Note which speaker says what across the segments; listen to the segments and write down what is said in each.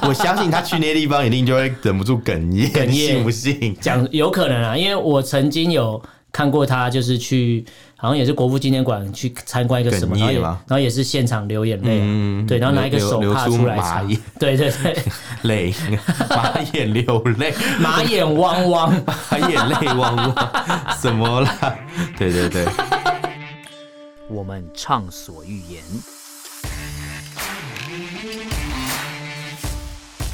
Speaker 1: 我相信他去那些地方一定就会忍不住哽咽，
Speaker 2: 哽咽
Speaker 1: 你信不信？
Speaker 2: 讲有可能啊，因为我曾经有看过他，就是去好像也是国父纪念馆去参观一个什么，
Speaker 1: 哽
Speaker 2: 然后
Speaker 1: 咽
Speaker 2: 也然
Speaker 1: 吗
Speaker 2: 后也是现场流眼泪啊、
Speaker 1: 嗯
Speaker 2: 对，然后拿一个
Speaker 1: 流
Speaker 2: 手
Speaker 1: 流
Speaker 2: 帕
Speaker 1: 出
Speaker 2: 出来
Speaker 1: 马
Speaker 2: 擦
Speaker 1: 眼，
Speaker 2: 对 对对，
Speaker 1: 泪，马眼流泪，
Speaker 2: 马眼汪汪，
Speaker 1: 马眼泪汪汪， 什么啦？对对对，
Speaker 3: 我们畅所欲言；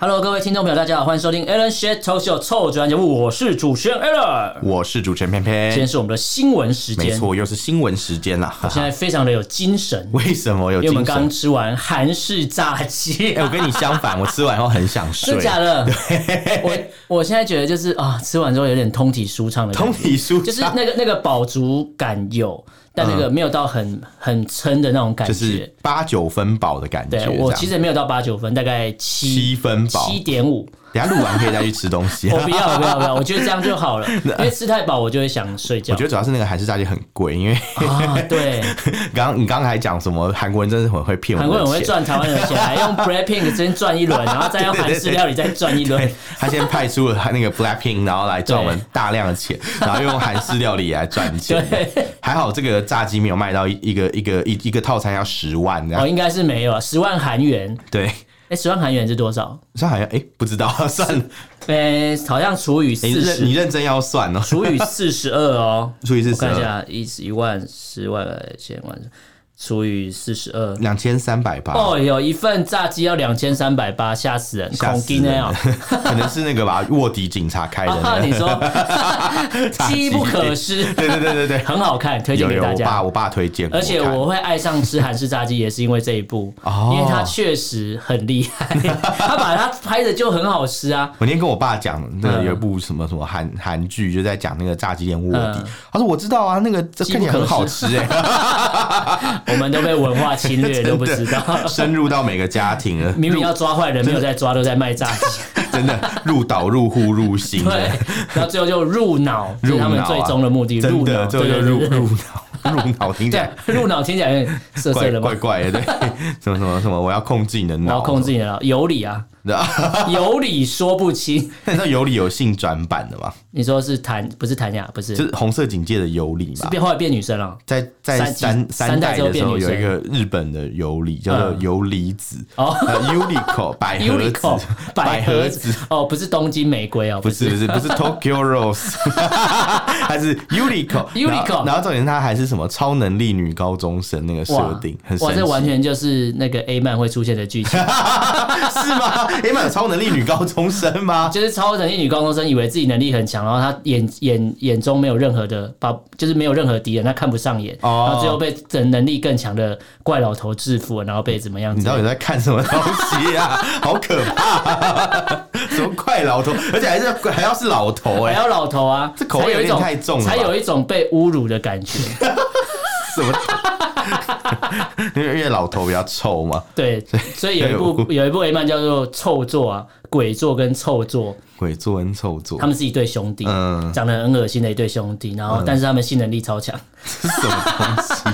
Speaker 2: Hello，各位听众朋友，大家好，欢迎收听 Alan Shit Talk Show 臭嘴节目，我是主持人 Alan，
Speaker 1: 我是主持人偏
Speaker 2: 今
Speaker 1: 偏
Speaker 2: 天，是我们的新闻时
Speaker 1: 哎没
Speaker 2: 间，
Speaker 1: 错，又是新闻时间啦。
Speaker 2: 我现在非常的有精神，
Speaker 1: 为什么有
Speaker 2: 因为我们
Speaker 1: 精
Speaker 2: 刚
Speaker 1: 神？
Speaker 2: 吃完韩式炸鸡
Speaker 1: 哎、。我跟你相反，我吃完后很想睡啊
Speaker 2: 真。假的？我我现在觉得就是啊，吃完之后有点通体舒畅的感
Speaker 1: 通
Speaker 2: 觉，
Speaker 1: 体舒畅嗯
Speaker 2: 就是那个那个饱足感有，但那个没有到很很撑的那种感
Speaker 1: 就
Speaker 2: 觉。
Speaker 1: 是八九分饱的感觉。
Speaker 2: 对
Speaker 1: 这
Speaker 2: 我
Speaker 1: 样
Speaker 2: 其实没有到八九分，大概
Speaker 1: 七
Speaker 2: 七
Speaker 1: 分饱，
Speaker 2: 七点五。
Speaker 1: 等一下录完可以再去吃东西、啊
Speaker 2: 我不要，我不要，不要！我觉得这样就 好了，因为吃太饱我就会想睡觉。
Speaker 1: 我觉得主要是那个韩式炸鸡很贵， 因为
Speaker 2: 啊， 对，
Speaker 1: 刚刚你刚刚还讲什么韩国人真的很会骗我
Speaker 2: 韩
Speaker 1: 们
Speaker 2: 国人
Speaker 1: 的
Speaker 2: 会
Speaker 1: 钱，
Speaker 2: 赚台湾人的钱，还用 Black Pink 先赚一轮，然后再用韩式料理再 赚一轮。
Speaker 1: 他先派出了那个 Blackpink，然后来赚我们
Speaker 2: 对
Speaker 1: 大量的钱，然后用韩式料理来赚钱
Speaker 2: 对。
Speaker 1: 还好这个炸鸡没有卖到一一个一个一一个套餐要十万这
Speaker 2: 哦，
Speaker 1: 样。
Speaker 2: 应该是没有啊，十万韩元。
Speaker 1: 对，
Speaker 2: 哎，十万韩元是多少？
Speaker 1: 这好像哎不知道，算了，
Speaker 2: 呃，好像除以
Speaker 1: 你
Speaker 2: 四
Speaker 1: 哎认你
Speaker 2: 十，
Speaker 1: 认真要算哦，
Speaker 2: 除以四十二哦。
Speaker 1: 除以四
Speaker 2: 我看一
Speaker 1: 十
Speaker 2: 下，一一万、十万、呃千万，除以四十二。
Speaker 1: 两千三百八。
Speaker 2: 哦哟，一份炸鸡要两千三百八，吓死人！
Speaker 1: 吓
Speaker 2: 恐
Speaker 1: 死
Speaker 2: 惊
Speaker 1: 人
Speaker 2: 呢哦
Speaker 1: 了， 可能是那个吧，卧底警察开的那
Speaker 2: 啊，
Speaker 1: 个。
Speaker 2: 你说
Speaker 1: 炸
Speaker 2: 机
Speaker 1: 鸡
Speaker 2: 不可失，
Speaker 1: 对对对对对，
Speaker 2: 很好看，推荐
Speaker 1: 有
Speaker 2: 给
Speaker 1: 有，
Speaker 2: 大
Speaker 1: 我爸
Speaker 2: 家。
Speaker 1: 我爸推荐过
Speaker 2: 而且
Speaker 1: 看
Speaker 2: 我会爱上吃韩式炸鸡，也是因为这一部，
Speaker 1: 哦
Speaker 2: 因为它确实很厉害， 他把它拍的就很好吃啊。
Speaker 1: 我那天跟我爸讲，那个
Speaker 2: 嗯
Speaker 1: 有一部什么什么韩韩剧，就在讲那个炸鸡店卧底
Speaker 2: 嗯。
Speaker 1: 他说我知道啊，那个这
Speaker 2: 机
Speaker 1: 看起来
Speaker 2: 不可
Speaker 1: 很好吃
Speaker 2: 失
Speaker 1: 哎，
Speaker 2: 我们都被文化侵 略，都不知道。
Speaker 1: 深入到每个家庭了，
Speaker 2: 明明要抓坏人，没有在抓，都在卖炸鸡。
Speaker 1: 真的入岛入户入心，
Speaker 2: 对，然后最后就入脑，这
Speaker 1: 入
Speaker 2: 是
Speaker 1: 脑啊
Speaker 2: 他们最终的目的。
Speaker 1: 真
Speaker 2: 入
Speaker 1: 的
Speaker 2: 脑，
Speaker 1: 最后
Speaker 2: 对
Speaker 1: 就
Speaker 2: 对
Speaker 1: 入
Speaker 2: 对对
Speaker 1: 入脑入脑，听起来
Speaker 2: 对，入脑听起来有点涩涩
Speaker 1: 怪
Speaker 2: 的嘛
Speaker 1: 怪，怪的，对， 什么什么什么，我要控制你的
Speaker 2: 然
Speaker 1: 脑，
Speaker 2: 后控制你的脑，有 理啊，
Speaker 1: 什么的。
Speaker 2: 有理说不清。
Speaker 1: 那你知道有理有性转版的吗？
Speaker 2: 你说是谭，不是谭雅，不是，
Speaker 1: 就是是红色警戒的有理嘛，
Speaker 2: 变后来变女生了。
Speaker 1: 在在
Speaker 2: 三
Speaker 1: 三
Speaker 2: 三代
Speaker 1: 代
Speaker 2: 之后
Speaker 1: 的时候，
Speaker 2: 变女
Speaker 1: 有
Speaker 2: 生
Speaker 1: 一个日本的游离叫做
Speaker 2: 嗯
Speaker 1: 游离子，
Speaker 2: 哦
Speaker 1: 呃 Unico 百合
Speaker 2: Unico
Speaker 1: 子，
Speaker 2: 百合
Speaker 1: 合
Speaker 2: 子，哦，不是东京玫瑰哦，
Speaker 1: 不是不是不是 Tokyo Rose，它是 Unico
Speaker 2: Unico
Speaker 1: 然后然后重点是它还是什么超能力女高中生那个设定，很神
Speaker 2: 哇，
Speaker 1: 奇，
Speaker 2: 这完全就是那个 A 漫会出现的剧情，
Speaker 1: 是 吗？哎妈，有超能力女高中生 吗？
Speaker 2: 就是超能力女高中生以为自己能力很强，然后她眼眼眼中没有任何的把，就是没有任何敌人，她看不上眼，
Speaker 1: 哦
Speaker 2: 然后最后被能能力更强的怪老头制服了，然后被怎么样
Speaker 1: 你
Speaker 2: 子
Speaker 1: 知？道你在看什么东西啊？ 好可怕、 什么怪老头，而且还是还要是老头哎、
Speaker 2: 还要老头啊，
Speaker 1: 这口味
Speaker 2: 才有
Speaker 1: 有
Speaker 2: 一
Speaker 1: 点
Speaker 2: 种
Speaker 1: 太重了吧
Speaker 2: 才有一种被侮辱的 感觉。
Speaker 1: 什么？因为因为老头比较臭嘛，
Speaker 2: 对，所以有一部有一部 A 漫叫做《臭作》啊，《鬼作》跟《臭作》，
Speaker 1: 鬼作跟臭作
Speaker 2: 他，们是一对兄弟，
Speaker 1: 哦嗯
Speaker 2: 长得很恶心的一对兄弟，然后但是他们性能力超强。
Speaker 1: 这是什么东 西？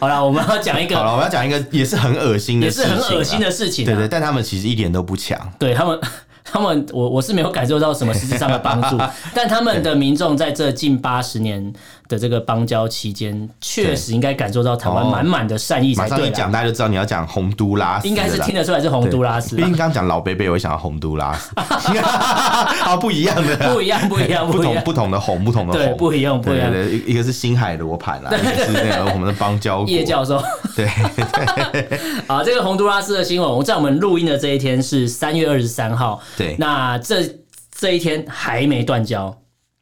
Speaker 2: 好了，我们要讲一
Speaker 1: 好
Speaker 2: 个
Speaker 1: 了，我要讲一个也是很恶心的
Speaker 2: 也
Speaker 1: 事
Speaker 2: 是
Speaker 1: 情啊，
Speaker 2: 很恶心的事情、啊，
Speaker 1: 对对，但他们其实一点都不强。
Speaker 2: 对他们。他们，我我是没有感受到什么实质上的帮 助，但他们的民众在这近八十年的这个邦交期间，确实应该感受到台湾
Speaker 1: 哦
Speaker 2: 满满的善意才
Speaker 1: 马上
Speaker 2: 对
Speaker 1: 一
Speaker 2: 啦。
Speaker 1: 讲，大家就知道你要讲洪都拉斯了啦，
Speaker 2: 应该是听得出来是洪都拉斯
Speaker 1: 毕
Speaker 2: 吧，
Speaker 1: 竟刚讲老贝贝，我也想到洪都拉 斯，啊，不一样的，
Speaker 2: 不一样，不一样，
Speaker 1: 不
Speaker 2: 一
Speaker 1: 同
Speaker 2: 样，
Speaker 1: 不同的红，不同的
Speaker 2: 对，
Speaker 1: 红，
Speaker 2: 不一样，不
Speaker 1: 对
Speaker 2: 一
Speaker 1: 对
Speaker 2: 样。
Speaker 1: 对，一一个是星海罗盘啦，一个是那个我们的邦交国，
Speaker 2: 叶教授，
Speaker 1: 对，
Speaker 2: 啊，这个洪都拉斯的新闻，在我们录音的这一天是三月二十三号，
Speaker 1: 对
Speaker 2: 那这这一天还没断交，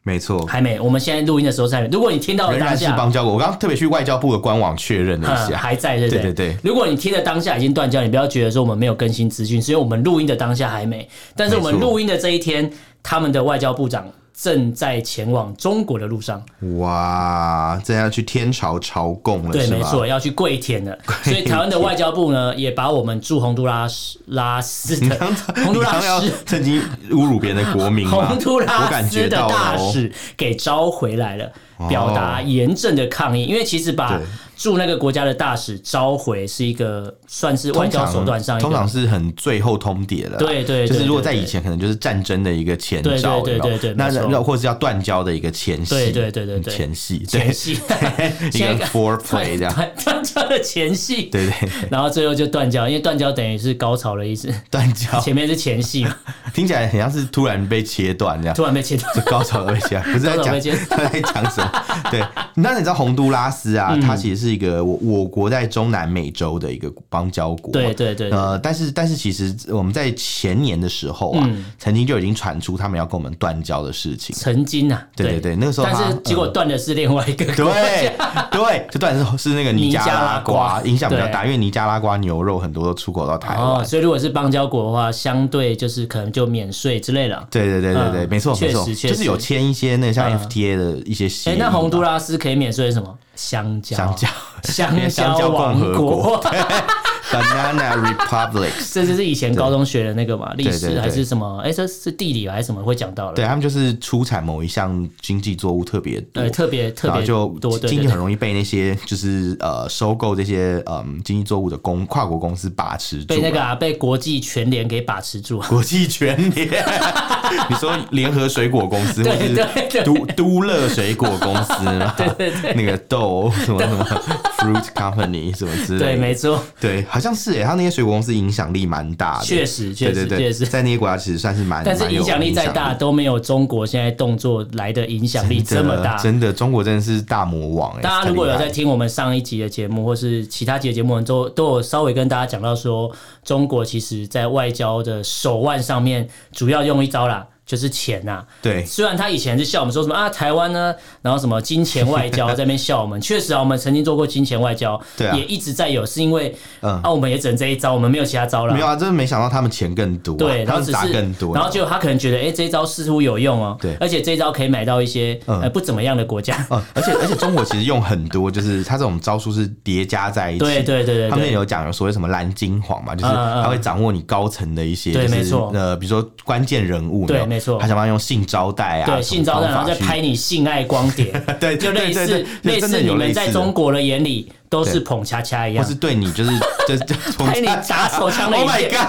Speaker 1: 没错，
Speaker 2: 还没。我们现在录音的时候才没。如果你听到了
Speaker 1: 仍
Speaker 2: 当
Speaker 1: 然是
Speaker 2: 下，
Speaker 1: 邦交国。我刚刚特别去外交部的官网确认了
Speaker 2: 嗯
Speaker 1: 一下，
Speaker 2: 还在，对不
Speaker 1: 对对对
Speaker 2: 如果你听的当下已经断交，你不要觉得说我们没有更新资讯，是因为我们录音的当下还没。但是我们
Speaker 1: 没错
Speaker 2: 录音的这一天，他们的外交部长正在前往中国的路上。
Speaker 1: 哇，这要去天朝朝贡了，
Speaker 2: 对，
Speaker 1: 是吧？
Speaker 2: 没错，要去跪舔 的。所以台湾的外交部呢，也把我们驻洪都拉斯拉斯的 洪
Speaker 1: 你
Speaker 2: 都拉
Speaker 1: 刚要
Speaker 2: 斯。
Speaker 1: 曾经侮辱别人的国民嘛
Speaker 2: 洪都
Speaker 1: 我
Speaker 2: 拉
Speaker 1: 感
Speaker 2: 斯
Speaker 1: 觉
Speaker 2: 的
Speaker 1: 到
Speaker 2: 大
Speaker 1: 了哦。
Speaker 2: 使给招回来了，表达严正的抗议。因为其实把
Speaker 1: 对
Speaker 2: 驻那个国家的大使召回是一个算是外
Speaker 1: 通
Speaker 2: 交
Speaker 1: 常
Speaker 2: 手段上一
Speaker 1: 通常
Speaker 2: 个。
Speaker 1: 是很最后通牒了啦。
Speaker 2: 对对对
Speaker 1: 就是如果
Speaker 2: 对
Speaker 1: 在
Speaker 2: 对
Speaker 1: 以前，可能就是战争的一个前
Speaker 2: 对对
Speaker 1: 兆，
Speaker 2: 对
Speaker 1: 有没有
Speaker 2: 对对
Speaker 1: 那
Speaker 2: 没错
Speaker 1: 那或是要断交的一个前戏，嗯
Speaker 2: 对对对对对
Speaker 1: 前戏，
Speaker 2: 前
Speaker 1: 对，
Speaker 2: 戏，
Speaker 1: 一
Speaker 2: 现
Speaker 1: 个
Speaker 2: 在
Speaker 1: foreplay 这样，
Speaker 2: 断 断交的前戏，
Speaker 1: 对对对，
Speaker 2: 然后最后就断交，因为断交等于是高潮的意思，
Speaker 1: 断交，
Speaker 2: 前面是前 戏嘛，
Speaker 1: 听起来很像是突然被切断这样
Speaker 2: 突。然被切断。
Speaker 1: 就高潮而 起来，啊不是在
Speaker 2: 高潮
Speaker 1: 讲
Speaker 2: 而起来
Speaker 1: 他 在讲什么？对，那你知道洪都拉斯啊，
Speaker 2: 嗯
Speaker 1: 它其实是一个我我国在中南美洲的一个邦交国嘛，
Speaker 2: 对对对，对
Speaker 1: 呃，但是但是其实我们在前年的时候啊，
Speaker 2: 嗯
Speaker 1: 曾经就已经传出他们要跟我们断交的事情。
Speaker 2: 曾经啊，
Speaker 1: 对对对那个时候
Speaker 2: 但
Speaker 1: 他嗯
Speaker 2: 是结果断的是另外一个国
Speaker 1: 对
Speaker 2: 家，
Speaker 1: 对，就断是是那个尼加拉瓜
Speaker 2: 尼加拉瓜
Speaker 1: 影响比较大，因为尼加拉瓜牛肉很多都出口到台
Speaker 2: 哦，
Speaker 1: 湾。
Speaker 2: 所以如果是邦交国的话，相对就是可能就免税之类的。
Speaker 1: 对对对对对，
Speaker 2: 嗯
Speaker 1: 没错
Speaker 2: 确
Speaker 1: 没
Speaker 2: 实
Speaker 1: 错，
Speaker 2: 确
Speaker 1: 就是有
Speaker 2: 实
Speaker 1: 签一些那个像
Speaker 2: 嗯
Speaker 1: FTA 的一些协
Speaker 2: 哎、
Speaker 1: 议嘛。
Speaker 2: 那洪都拉斯可以免税什么？香蕉，
Speaker 1: 香蕉，香
Speaker 2: 香蕉
Speaker 1: 蕉共
Speaker 2: 王
Speaker 1: 和
Speaker 2: 国
Speaker 1: 国。Banana Republic，
Speaker 2: 这就是以前高中学的那个嘛，历
Speaker 1: 对对
Speaker 2: 史
Speaker 1: 对
Speaker 2: 还是什么？哎、这是地理吧还是什么会讲到的？
Speaker 1: 对他啊们就是出产某一项经济作物特别多
Speaker 2: 呃，，特别特
Speaker 1: 然后
Speaker 2: 别
Speaker 1: 啊就
Speaker 2: 多，对
Speaker 1: 经济
Speaker 2: 对
Speaker 1: 很
Speaker 2: 对。
Speaker 1: 容易被那些就是呃收购这些嗯经济作物的公跨国公司把持住
Speaker 2: 被
Speaker 1: 了，
Speaker 2: 那个、啊、被国际全联给把持住，
Speaker 1: 国际全联， 你说联合水果公司或
Speaker 2: 对
Speaker 1: 者
Speaker 2: 对
Speaker 1: 是
Speaker 2: 对
Speaker 1: 都都乐水果公司嘛，
Speaker 2: 对对
Speaker 1: 那个豆什么什 么 fruit company 什么之类的，
Speaker 2: 对，没错，
Speaker 1: 对，好像是诶，欸他那些水果公司影响力蛮大的，
Speaker 2: 确实确
Speaker 1: 对
Speaker 2: 实
Speaker 1: 对
Speaker 2: 确
Speaker 1: 对，
Speaker 2: 实。
Speaker 1: 在那些国家其实算是蛮，
Speaker 2: 但是
Speaker 1: 蛮有
Speaker 2: 影响力再大，都没有中国现在动作来的影响力这么大。
Speaker 1: 真的，中国真的是大魔王欸诶。
Speaker 2: 大家如果有
Speaker 1: 太
Speaker 2: 在
Speaker 1: 厉害了
Speaker 2: 听我们上一集的节目，或是其他集的节目，我们都都有稍微跟大家讲到说，中国其实在外交的手腕上面主要用一招啦，就是钱呐、
Speaker 1: 对
Speaker 2: 虽然他以前是笑我们说什么啊，台湾呢，然后什么金钱外交在那边笑我们，确实啊，我们曾经做过金钱外交，
Speaker 1: 对啊
Speaker 2: 也一直在有，是因为、
Speaker 1: 嗯
Speaker 2: 啊，我们也只能这一招，我们没有其他招了
Speaker 1: 没。有啊，真的没想到他们钱更多啊、
Speaker 2: 对，然
Speaker 1: 他
Speaker 2: 后
Speaker 1: 们
Speaker 2: 只
Speaker 1: 砸
Speaker 2: 是，
Speaker 1: 更多，
Speaker 2: 然后就他可能觉得，哎、这一招似乎有用哦、
Speaker 1: 对
Speaker 2: 而且这一招可以买到一些、
Speaker 1: 嗯
Speaker 2: 呃不怎么样的国家，
Speaker 1: 嗯，而且而且中国其实用很多，就是它这种招数是叠加在一起。
Speaker 2: 对对对对
Speaker 1: 他们
Speaker 2: 对
Speaker 1: 也有讲有所谓什么蓝金黄嘛，就是
Speaker 2: 嗯嗯嗯
Speaker 1: 他会掌握你高层的一些，
Speaker 2: 对
Speaker 1: 就是
Speaker 2: 没错
Speaker 1: 呃，比如说关键人物，
Speaker 2: 对
Speaker 1: 有有
Speaker 2: 没错
Speaker 1: 他想办法用性招待啊，
Speaker 2: 对，性招待，
Speaker 1: 什么
Speaker 2: 然
Speaker 1: 方
Speaker 2: 后
Speaker 1: 法
Speaker 2: 再
Speaker 1: 去
Speaker 2: 拍，你性爱光碟，
Speaker 1: 对，
Speaker 2: 就类似
Speaker 1: 对对对
Speaker 2: 类
Speaker 1: 真
Speaker 2: 似
Speaker 1: 的
Speaker 2: 你
Speaker 1: 有
Speaker 2: 们
Speaker 1: 类似
Speaker 2: 在
Speaker 1: 的
Speaker 2: 中，国的眼里都是捧恰恰一
Speaker 1: 或
Speaker 2: 样
Speaker 1: 是，对你就是就就
Speaker 2: 拍你打手枪 的
Speaker 1: ，Oh my
Speaker 2: 影
Speaker 1: god！
Speaker 2: 片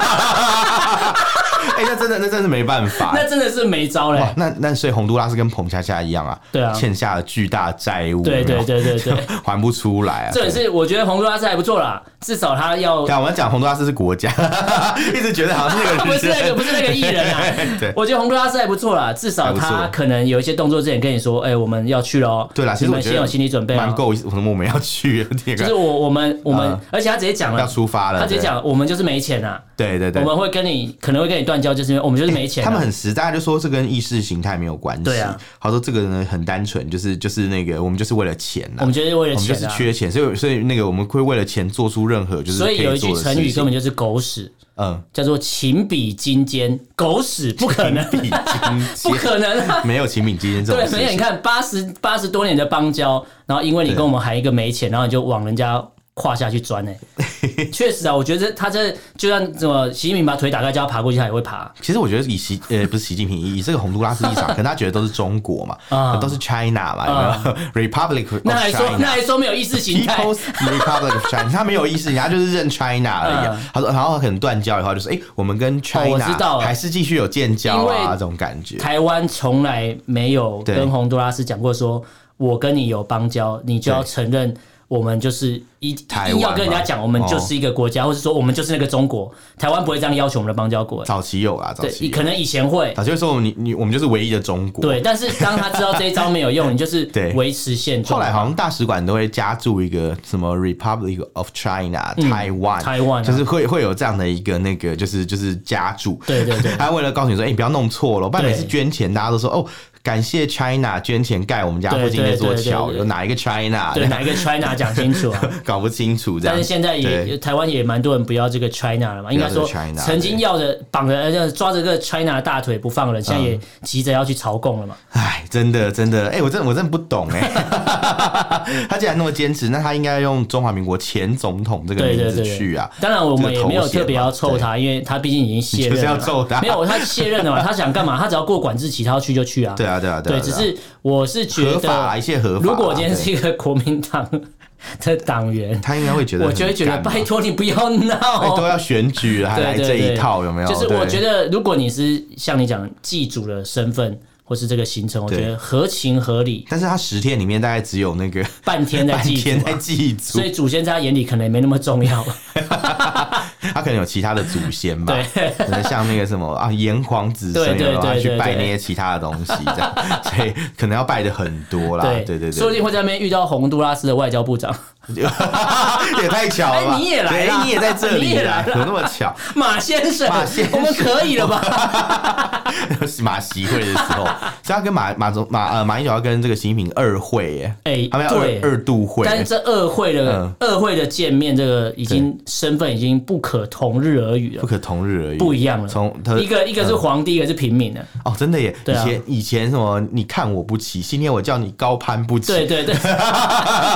Speaker 1: 哎，那真的那真是没办法，
Speaker 2: 那真的是没招嘞
Speaker 1: 哇。，那那所以洪都拉斯跟彭恰恰一样啊，
Speaker 2: 对啊
Speaker 1: 欠下了巨大债务，
Speaker 2: 对
Speaker 1: 有没有
Speaker 2: 对对对对，
Speaker 1: 还不出来啊。
Speaker 2: 这也
Speaker 1: 对
Speaker 2: 是我觉得洪都拉斯还不错啦，至少他要
Speaker 1: 但我们讲洪都拉斯是国家， 一直觉得好像是那
Speaker 2: 不
Speaker 1: 个
Speaker 2: 是那个
Speaker 1: 人，。
Speaker 2: 不是那个艺人啊
Speaker 1: 对
Speaker 2: 我觉得洪都拉斯还不错啦，至少
Speaker 1: 还不
Speaker 2: 他
Speaker 1: 错
Speaker 2: 可能有一些动作之前跟你说，哎，我们要去喽。
Speaker 1: 对啦，其实
Speaker 2: 你
Speaker 1: 我
Speaker 2: 们
Speaker 1: 觉
Speaker 2: 先
Speaker 1: 得
Speaker 2: 有心理准 备
Speaker 1: 蛮
Speaker 2: 哦。
Speaker 1: 够意思。我们我们要去那
Speaker 2: 就是
Speaker 1: 个
Speaker 2: 我我们我们，而且他直接讲
Speaker 1: 啊要
Speaker 2: 了，
Speaker 1: 出发了，
Speaker 2: 他直接
Speaker 1: 对
Speaker 2: 讲我们就是没钱啊，
Speaker 1: 对对
Speaker 2: 我
Speaker 1: 对。
Speaker 2: 们会跟你可能会跟你断交，就是因为我们就是没钱啊。
Speaker 1: 他们很实在，就说这跟意识形态没有关系。
Speaker 2: 对啊，
Speaker 1: 他说这个人很单纯，就是就是那个我们就是为了钱呐、
Speaker 2: 我们就是为了
Speaker 1: 我们就
Speaker 2: 钱
Speaker 1: 是
Speaker 2: 啊。
Speaker 1: 缺钱，所以所以那个我们会为了钱做出任何就是
Speaker 2: 所以
Speaker 1: 可
Speaker 2: 有一
Speaker 1: 做
Speaker 2: 句
Speaker 1: 的
Speaker 2: 成
Speaker 1: 事
Speaker 2: 语
Speaker 1: 情
Speaker 2: 根本就是狗屎，
Speaker 1: 嗯，
Speaker 2: 叫做“情比金坚”，狗屎不可能，
Speaker 1: 比金
Speaker 2: 不可能 啊！
Speaker 1: 没有秦敏基金这种
Speaker 2: 对，
Speaker 1: 事
Speaker 2: 没有你
Speaker 1: 情。
Speaker 2: 看八十八十多年的邦交，然后因为你跟我们还一个没钱，然后你就往人家胯下去钻 呢、欸确实啊，我觉得他这就像什么习近平把腿打开叫他爬过去，他也会爬。
Speaker 1: 其实我觉得以习呃不是习近平，以这个洪都拉斯立场，可能他觉得都是中国嘛，
Speaker 2: 啊
Speaker 1: 都是 China 嘛，有没有 Republic of
Speaker 2: 那还说那
Speaker 1: China？
Speaker 2: 还说没有意识 形态，
Speaker 1: People's Republic of China，他没有意思，他就是认 China 而已啊
Speaker 2: 嗯。
Speaker 1: 他说，然后他可能断交以后，就是哎，我们跟
Speaker 2: 哦我知道
Speaker 1: China
Speaker 2: 了
Speaker 1: 还是继续有建交
Speaker 2: 因为
Speaker 1: 啊，这种感觉。
Speaker 2: 台湾从来没有
Speaker 1: 对
Speaker 2: 跟洪都拉斯讲过说，我跟你有邦交，你就要承认我们就是一
Speaker 1: 台
Speaker 2: 一定要
Speaker 1: 湾
Speaker 2: 跟人家
Speaker 1: 嘛
Speaker 2: 讲，我们
Speaker 1: 哦
Speaker 2: 就是一个国家，或是说我们就是那个中国。台湾不会这样要求我们的邦交国，
Speaker 1: 早期有啊，早期
Speaker 2: 对，
Speaker 1: 有
Speaker 2: 可能以前会。
Speaker 1: 早期会说我们你你我们就是唯一的中国。啊
Speaker 2: 对，，但是当他知道这一招没 有用，你就是
Speaker 1: 对
Speaker 2: 维持现状。
Speaker 1: 后来好像大使馆都会加注一个什么 Republic of China 台湾，
Speaker 2: 台湾啊
Speaker 1: 就是会会有这样的一个那个就是就是加注。
Speaker 2: 对对对
Speaker 1: 他为了告诉你说，哎，你不要弄错了，不然
Speaker 2: 对
Speaker 1: 每次捐钱大家都说哦，感谢 China 捐钱盖我们家附近那座
Speaker 2: 对对对对
Speaker 1: 桥，
Speaker 2: 对
Speaker 1: 有哪一个 China？
Speaker 2: 对哪一个 China 讲清楚啊？
Speaker 1: 搞不清楚这样。
Speaker 2: 但是现在也
Speaker 1: 对
Speaker 2: 台湾也蛮多人不要这个 China 了嘛，应该说
Speaker 1: 不要这个 China，
Speaker 2: 曾经要的绑着呃抓着个 China 的大腿不放人，现在也
Speaker 1: 嗯
Speaker 2: 急着要去朝贡了嘛。
Speaker 1: 唉，真的真的，哎、我真的我真的不懂哎、 他既然那么坚持，那他应该用中华民国前总统这个
Speaker 2: 对
Speaker 1: 名
Speaker 2: 对
Speaker 1: 字
Speaker 2: 对
Speaker 1: 去啊。
Speaker 2: 当然，我们也没有
Speaker 1: 这个头衔
Speaker 2: 特别要
Speaker 1: 嘛
Speaker 2: 凑他，因为他毕竟已经卸任了嘛。
Speaker 1: 你就是要凑他
Speaker 2: 没有他卸任 了嘛，他想干嘛？他只要过管制期，他要去就去啊。
Speaker 1: 对啊对啊对啊，
Speaker 2: 对，只
Speaker 1: 啊
Speaker 2: 是我是觉
Speaker 1: 合法啊，
Speaker 2: 得，
Speaker 1: 一切合法啊。
Speaker 2: 如果我今天
Speaker 1: 对
Speaker 2: 是一个国民党的党员，
Speaker 1: 他应该会觉得，
Speaker 2: 我就会觉得
Speaker 1: 很干嘛
Speaker 2: 拜托你不要
Speaker 1: 哎都
Speaker 2: 闹。
Speaker 1: 要选举了，还
Speaker 2: 对
Speaker 1: 来
Speaker 2: 对
Speaker 1: 这一
Speaker 2: 对
Speaker 1: 套，有没有？
Speaker 2: 就是我
Speaker 1: 对
Speaker 2: 觉得，如果你是像你讲祭祖的身份。或是这个行程，我觉得合情合理，
Speaker 1: 但是他十天里面大概只有那个
Speaker 2: 半天在
Speaker 1: 半
Speaker 2: 祭
Speaker 1: 天
Speaker 2: 祖
Speaker 1: 在
Speaker 2: 啊，
Speaker 1: 祭祖
Speaker 2: 所，以祖先在他眼里可能也没那么重要。
Speaker 1: 他可能有其他的祖先 吧，可能像那个什么啊炎黄子孙，
Speaker 2: 对
Speaker 1: 有
Speaker 2: 对
Speaker 1: 没有
Speaker 2: 对
Speaker 1: 他去
Speaker 2: 对
Speaker 1: 拜那
Speaker 2: 对
Speaker 1: 些其他的东西，这样，所以可能要拜的很多啦，对对对，
Speaker 2: 说不定会在那边遇到洪都拉斯的外交部长，
Speaker 1: 也太巧了吧，
Speaker 2: 哎你也来
Speaker 1: 对
Speaker 2: 啦
Speaker 1: 你也在这
Speaker 2: 你
Speaker 1: 里
Speaker 2: 也
Speaker 1: 啦，
Speaker 2: 来
Speaker 1: 怎么那么巧？
Speaker 2: 马先生，
Speaker 1: 马先生
Speaker 2: 我们可以 了吧？
Speaker 1: 马习会的时候，所以他跟马马总马呃马英九要跟这个习近平二会耶，
Speaker 2: 哎
Speaker 1: 他们要
Speaker 2: 对
Speaker 1: 二二度会，
Speaker 2: 但是这二会的
Speaker 1: 嗯
Speaker 2: 二会的见面，这个已经身份已经不可同日而语
Speaker 1: 不
Speaker 2: 了，
Speaker 1: 可同日而语，
Speaker 2: 不一样了。
Speaker 1: 从他嗯
Speaker 2: 一个一个是皇帝，一个是平 民的。
Speaker 1: 哦，真的耶！
Speaker 2: 对啊
Speaker 1: 以前以前什么，你看我不起，今天我叫你高攀不起，
Speaker 2: 对对 对，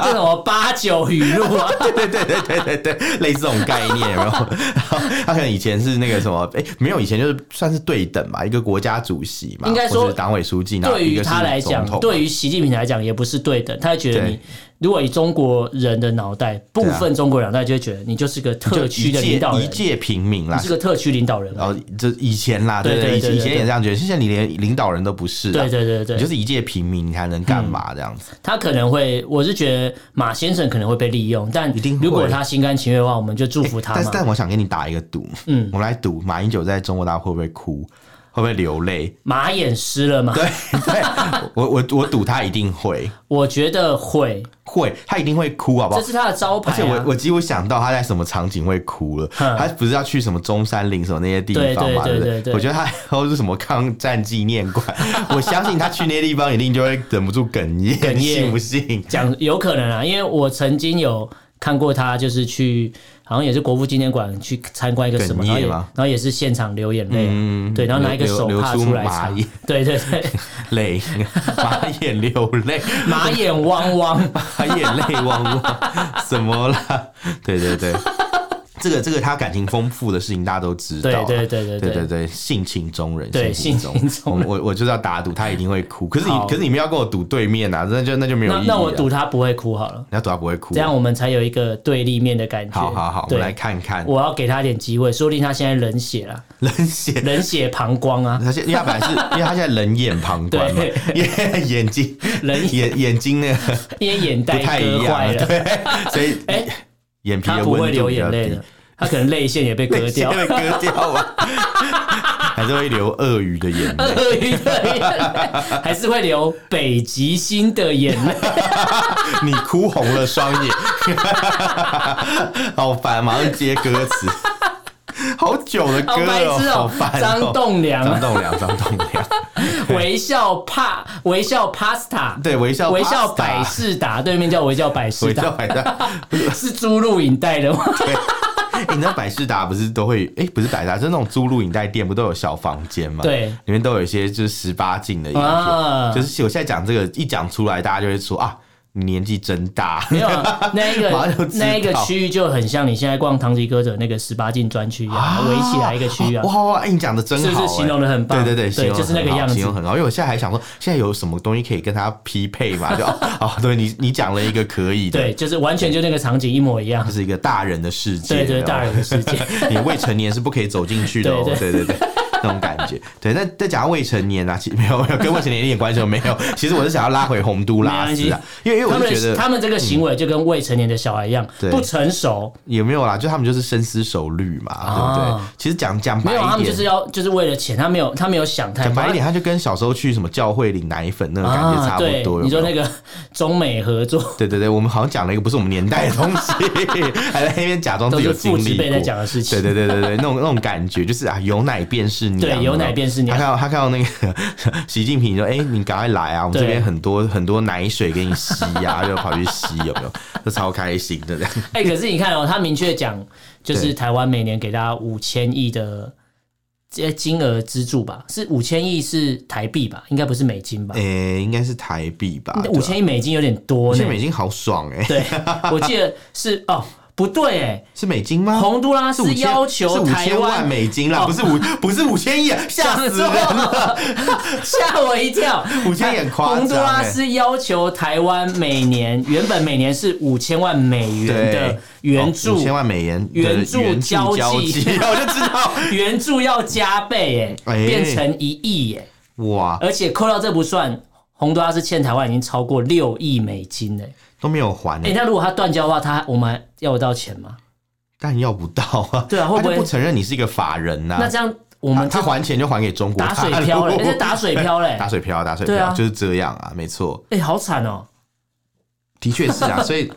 Speaker 2: 这种八九语录啊，
Speaker 1: 对对对对对对，类似这种概念，有没有？然后他可能以前是那个什么，哎、没有，以前就是算是对等吧，一个国家主席嘛，
Speaker 2: 应该说
Speaker 1: 或是党委书记，然后
Speaker 2: 对
Speaker 1: 一
Speaker 2: 于
Speaker 1: 个是
Speaker 2: 他来
Speaker 1: 总
Speaker 2: 讲，
Speaker 1: 统，啊
Speaker 2: 对于习近平来讲也不是对等，他会觉得
Speaker 1: 对
Speaker 2: 你。如果以中国人的脑袋，部
Speaker 1: 啊
Speaker 2: 分中国人脑袋就会觉得你就是个特
Speaker 1: 就
Speaker 2: 区
Speaker 1: 一
Speaker 2: 的领
Speaker 1: 介
Speaker 2: 导
Speaker 1: 一
Speaker 2: 人，
Speaker 1: 介平民啦
Speaker 2: 你是。个特区领导人嘛。
Speaker 1: 然后这以前啦，对
Speaker 2: 对
Speaker 1: 对，
Speaker 2: 对
Speaker 1: 以前
Speaker 2: 对
Speaker 1: 以前也这样觉得，现在你连领导人都不是啊，
Speaker 2: 对对对对
Speaker 1: 你就是一介平民，你还能干嘛这样子？
Speaker 2: 他可能会，我是觉得马先生可能会被利用，但
Speaker 1: 一定会
Speaker 2: 如果他心甘情愿的话，我们就祝福他
Speaker 1: 但是
Speaker 2: 嘛。
Speaker 1: 但我想跟你打一个赌，嗯，我们来赌马英九在中国大陆会不会哭，会不会流泪？
Speaker 2: 马眼湿了嘛？
Speaker 1: 对对，我我我赌他一定会
Speaker 2: 我觉得会，
Speaker 1: 会，他一定会哭，好不好
Speaker 2: 这？是他的招牌、
Speaker 1: 而
Speaker 2: 啊。
Speaker 1: 且我我几乎想到他在什么场景会哭了，
Speaker 2: 嗯
Speaker 1: 他不是要去什么中山陵什么那些地方嘛，
Speaker 2: 对对
Speaker 1: 不
Speaker 2: 对对
Speaker 1: 我觉得他或是什么抗战纪念 馆，我相信他去那些地方一定就会忍不住哽咽，
Speaker 2: 哽咽
Speaker 1: 信不信？
Speaker 2: 讲有可能啊，因为我曾经有看过他，就是去好像也是国父纪念馆去参观一个什么，
Speaker 1: 哽
Speaker 2: 然后
Speaker 1: 咽
Speaker 2: 也
Speaker 1: 吗
Speaker 2: 然后也是现场流眼泪啊、
Speaker 1: 嗯
Speaker 2: 对，然后拿一个
Speaker 1: 流
Speaker 2: 手
Speaker 1: 流
Speaker 2: 帕
Speaker 1: 出
Speaker 2: 出来
Speaker 1: 马
Speaker 2: 擦
Speaker 1: 眼，
Speaker 2: 对对 对，
Speaker 1: 泪，马眼流泪，
Speaker 2: 马眼汪汪，
Speaker 1: 马眼泪汪汪， 什么啦？对对对。这个这个他感情丰富的事情大家都知道
Speaker 2: 对
Speaker 1: 啊，
Speaker 2: 对对
Speaker 1: 对
Speaker 2: 对对
Speaker 1: 对对，性情中人，
Speaker 2: 对
Speaker 1: 人
Speaker 2: 性情中人
Speaker 1: 我我我就是要打赌他一定会哭，可是你
Speaker 2: 好
Speaker 1: 可是你们要跟我赌对面啊，那就那就没有意
Speaker 2: 那
Speaker 1: 义了。啊
Speaker 2: 那我赌他不会哭好了，
Speaker 1: 你要赌他不会哭，
Speaker 2: 这样我们才有一个对立面的感觉。
Speaker 1: 好好好，我
Speaker 2: 对
Speaker 1: 们来看看
Speaker 2: 我要给他点机会，说不定他现在冷 血了，
Speaker 1: 冷血。
Speaker 2: 冷血膀胱啊，
Speaker 1: 他现因为他本来是因为他现在冷眼旁观嘛，眼眼睛
Speaker 2: 冷血
Speaker 1: 眼眼睛那个
Speaker 2: 因为眼
Speaker 1: 不
Speaker 2: 袋
Speaker 1: 太一
Speaker 2: 割坏
Speaker 1: 样，啊
Speaker 2: 了，
Speaker 1: 对，所以
Speaker 2: 哎
Speaker 1: 眼皮
Speaker 2: 他
Speaker 1: 的
Speaker 2: 不会
Speaker 1: 温度
Speaker 2: 流
Speaker 1: 比较
Speaker 2: 眼泪
Speaker 1: 低
Speaker 2: 的，，他可能泪腺也被割掉，
Speaker 1: 被割掉吧，还是会流鳄鱼的眼泪。
Speaker 2: 鳄鱼的眼泪，还是会流北极星的眼 泪。
Speaker 1: 你哭红了双眼， 好烦，马上接歌词，好久的歌
Speaker 2: 好白
Speaker 1: 哦
Speaker 2: 痴，
Speaker 1: 好
Speaker 2: 哦
Speaker 1: 烦、哦。！
Speaker 2: 张栋
Speaker 1: 张
Speaker 2: 梁
Speaker 1: 栋梁，张栋梁，
Speaker 2: 微笑帕微笑 pasta，
Speaker 1: 对，微笑
Speaker 2: 微笑
Speaker 1: pasta
Speaker 2: 百，事达，对面叫微笑百事
Speaker 1: 微笑
Speaker 2: 达，
Speaker 1: 百事达。
Speaker 2: 是租录影带的吗？
Speaker 1: 哎、你知道百事达不是都会？哎、不是百事达，就是那种租录影带店，不都有小房间吗？
Speaker 2: 对
Speaker 1: 里面都有一些就是十八禁的影片。
Speaker 2: 啊
Speaker 1: 就是我现在讲这个，一讲出来，大家就会说啊，你年纪真大。
Speaker 2: 没有 啊，那一
Speaker 1: 马上就
Speaker 2: 个
Speaker 1: 知道
Speaker 2: 那一个区域就很像你现在逛唐吉诃德那个十八禁专区一样，围起来一个区域啊。
Speaker 1: 啊哇哇！哎、你讲的真好、
Speaker 2: 是不是形容得很棒
Speaker 1: 对对对，
Speaker 2: 对
Speaker 1: 形容得
Speaker 2: 就是那个
Speaker 1: 很好
Speaker 2: 样子
Speaker 1: 形容很好。因为我现在还想说，现在有什么东西可以跟它匹配嘛？就哦哦，对你你讲了一个可以的，
Speaker 2: 对，就是完全就那个场景一模一样
Speaker 1: 就。是一个大人的世界，
Speaker 2: 对对，
Speaker 1: 然后
Speaker 2: 大人的世界。
Speaker 1: 你未成年是不可以走进去的、哦，
Speaker 2: 对
Speaker 1: 对对对。那种感觉，对。那再讲到未成年啊，其实没有没有跟未成年一点关系都没有。其实我是想要拉回洪都拉斯啊，因 为因为
Speaker 2: 他
Speaker 1: 我
Speaker 2: 们
Speaker 1: 是觉得嗯
Speaker 2: 他们这个行为就跟未成年的小孩一样
Speaker 1: 对，
Speaker 2: 不成熟，
Speaker 1: 也没有啦，就他们就是深思熟虑嘛，对不对
Speaker 2: 啊？
Speaker 1: 其实讲讲白
Speaker 2: 没有他
Speaker 1: 一
Speaker 2: 们就是
Speaker 1: 点，
Speaker 2: 要就是为了钱，他没有他没有想太
Speaker 1: 讲白一点，
Speaker 2: 多。
Speaker 1: 他就跟小时候去什么教会领奶粉那种感觉
Speaker 2: 啊，
Speaker 1: 差
Speaker 2: 对
Speaker 1: 不多。，有
Speaker 2: 你说
Speaker 1: 没有
Speaker 2: 那个 中美合作
Speaker 1: 对对对，我们好像讲了一个不是我们年代的东西，还在那边假装自
Speaker 2: 都
Speaker 1: 己有
Speaker 2: 是
Speaker 1: 经
Speaker 2: 父
Speaker 1: 历
Speaker 2: 职辈在
Speaker 1: 过。
Speaker 2: 讲的事情
Speaker 1: 对。对对对对，那种那种感觉就是啊，有奶便是娘，
Speaker 2: 对有奶便是娘
Speaker 1: 他看到他看到那个习近平说：“哎、你赶快来啊，我们
Speaker 2: 对
Speaker 1: 这边很多很多奶水给你吸呀、就跑去吸，有没 有？就超开心的这 样。
Speaker 2: 哎、可是你看哦，他明确讲，就是
Speaker 1: 对
Speaker 2: 台湾每年给大家五千亿的这金额资助吧，是五千亿是台币吧，应该不是美金吧
Speaker 1: 哎、？应该是台币吧？
Speaker 2: 五千亿美金有点多
Speaker 1: 五
Speaker 2: 呢
Speaker 1: 千。美金好爽哎、
Speaker 2: 对，我记得是哦，不对哎，
Speaker 1: 是美金吗？
Speaker 2: 洪都拉
Speaker 1: 哦是五
Speaker 2: 斯
Speaker 1: 千
Speaker 2: 要
Speaker 1: 是
Speaker 2: 求
Speaker 1: 五
Speaker 2: 台
Speaker 1: 千万
Speaker 2: 湾
Speaker 1: 美金啦，
Speaker 2: 哦
Speaker 1: 不是五不是五千亿啊，吓死人了！
Speaker 2: 吓我一跳，
Speaker 1: 五千也很夸张欸
Speaker 2: 洪都拉斯要求台湾每年原本每年是五千万美元的
Speaker 1: 对
Speaker 2: 援助
Speaker 1: 哦五，千万美元，对
Speaker 2: 援助
Speaker 1: 援助
Speaker 2: 交际
Speaker 1: 交际， 我就知道
Speaker 2: 援助要加倍哎、
Speaker 1: 哎
Speaker 2: 变成一亿哎耶，
Speaker 1: 哇，
Speaker 2: 而且扣掉这不算。洪都拉斯欠台湾已经超过六亿美金嘞、
Speaker 1: 都没有还
Speaker 2: 哎、
Speaker 1: 哎，
Speaker 2: 那如果他断交的话，他我们还要得到钱吗？
Speaker 1: 但要不到啊，
Speaker 2: 对啊会
Speaker 1: 他
Speaker 2: 不
Speaker 1: 就
Speaker 2: 会
Speaker 1: 不承认你是一个法人呐？
Speaker 2: 那这样我
Speaker 1: 他
Speaker 2: 们
Speaker 1: 啊他
Speaker 2: 就
Speaker 1: 还钱就还给中国，
Speaker 2: 打水漂
Speaker 1: 大
Speaker 2: 嘞、欸，
Speaker 1: 陆
Speaker 2: 那打水漂嘞、
Speaker 1: 打水漂，打水
Speaker 2: 对
Speaker 1: 漂
Speaker 2: 啊
Speaker 1: 就是这样啊，没错，
Speaker 2: 哎、好惨哦、
Speaker 1: 的确是啊，所以。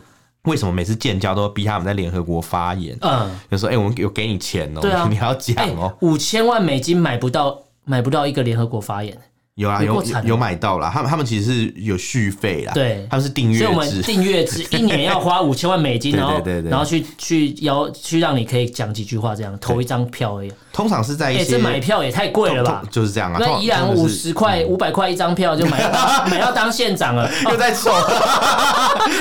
Speaker 1: 为什么每次建交都逼他们在联合国发言？
Speaker 2: 嗯，
Speaker 1: 就说：“哎、我们有给你钱哦、
Speaker 2: 对啊
Speaker 1: 你要讲
Speaker 2: 哎、
Speaker 1: 哦、
Speaker 2: 五千万美金买不到，买不到一个联合国发言，
Speaker 1: 有啊，
Speaker 2: 有
Speaker 1: 有
Speaker 2: 够惨的
Speaker 1: 有买到啦。他们他们其实是有续费啦，
Speaker 2: 对
Speaker 1: 他们是订阅
Speaker 2: 所以我们
Speaker 1: 制，
Speaker 2: 订阅 制一年要花五千万美
Speaker 1: 嗯
Speaker 2: 金，
Speaker 1: 对
Speaker 2: 然后
Speaker 1: 对对对
Speaker 2: 然后去去邀去让你可以讲几句话，这样投一张票而已。
Speaker 1: 通常是在一
Speaker 2: 哎，
Speaker 1: 些
Speaker 2: 这买票也太贵了吧
Speaker 1: 通？就是这样啊。通
Speaker 2: 那
Speaker 1: 常
Speaker 2: 依然
Speaker 1: 通常
Speaker 2: 五
Speaker 1: 是
Speaker 2: 十块、五百块一张票就买 到当买到当县长了，
Speaker 1: 又在臭，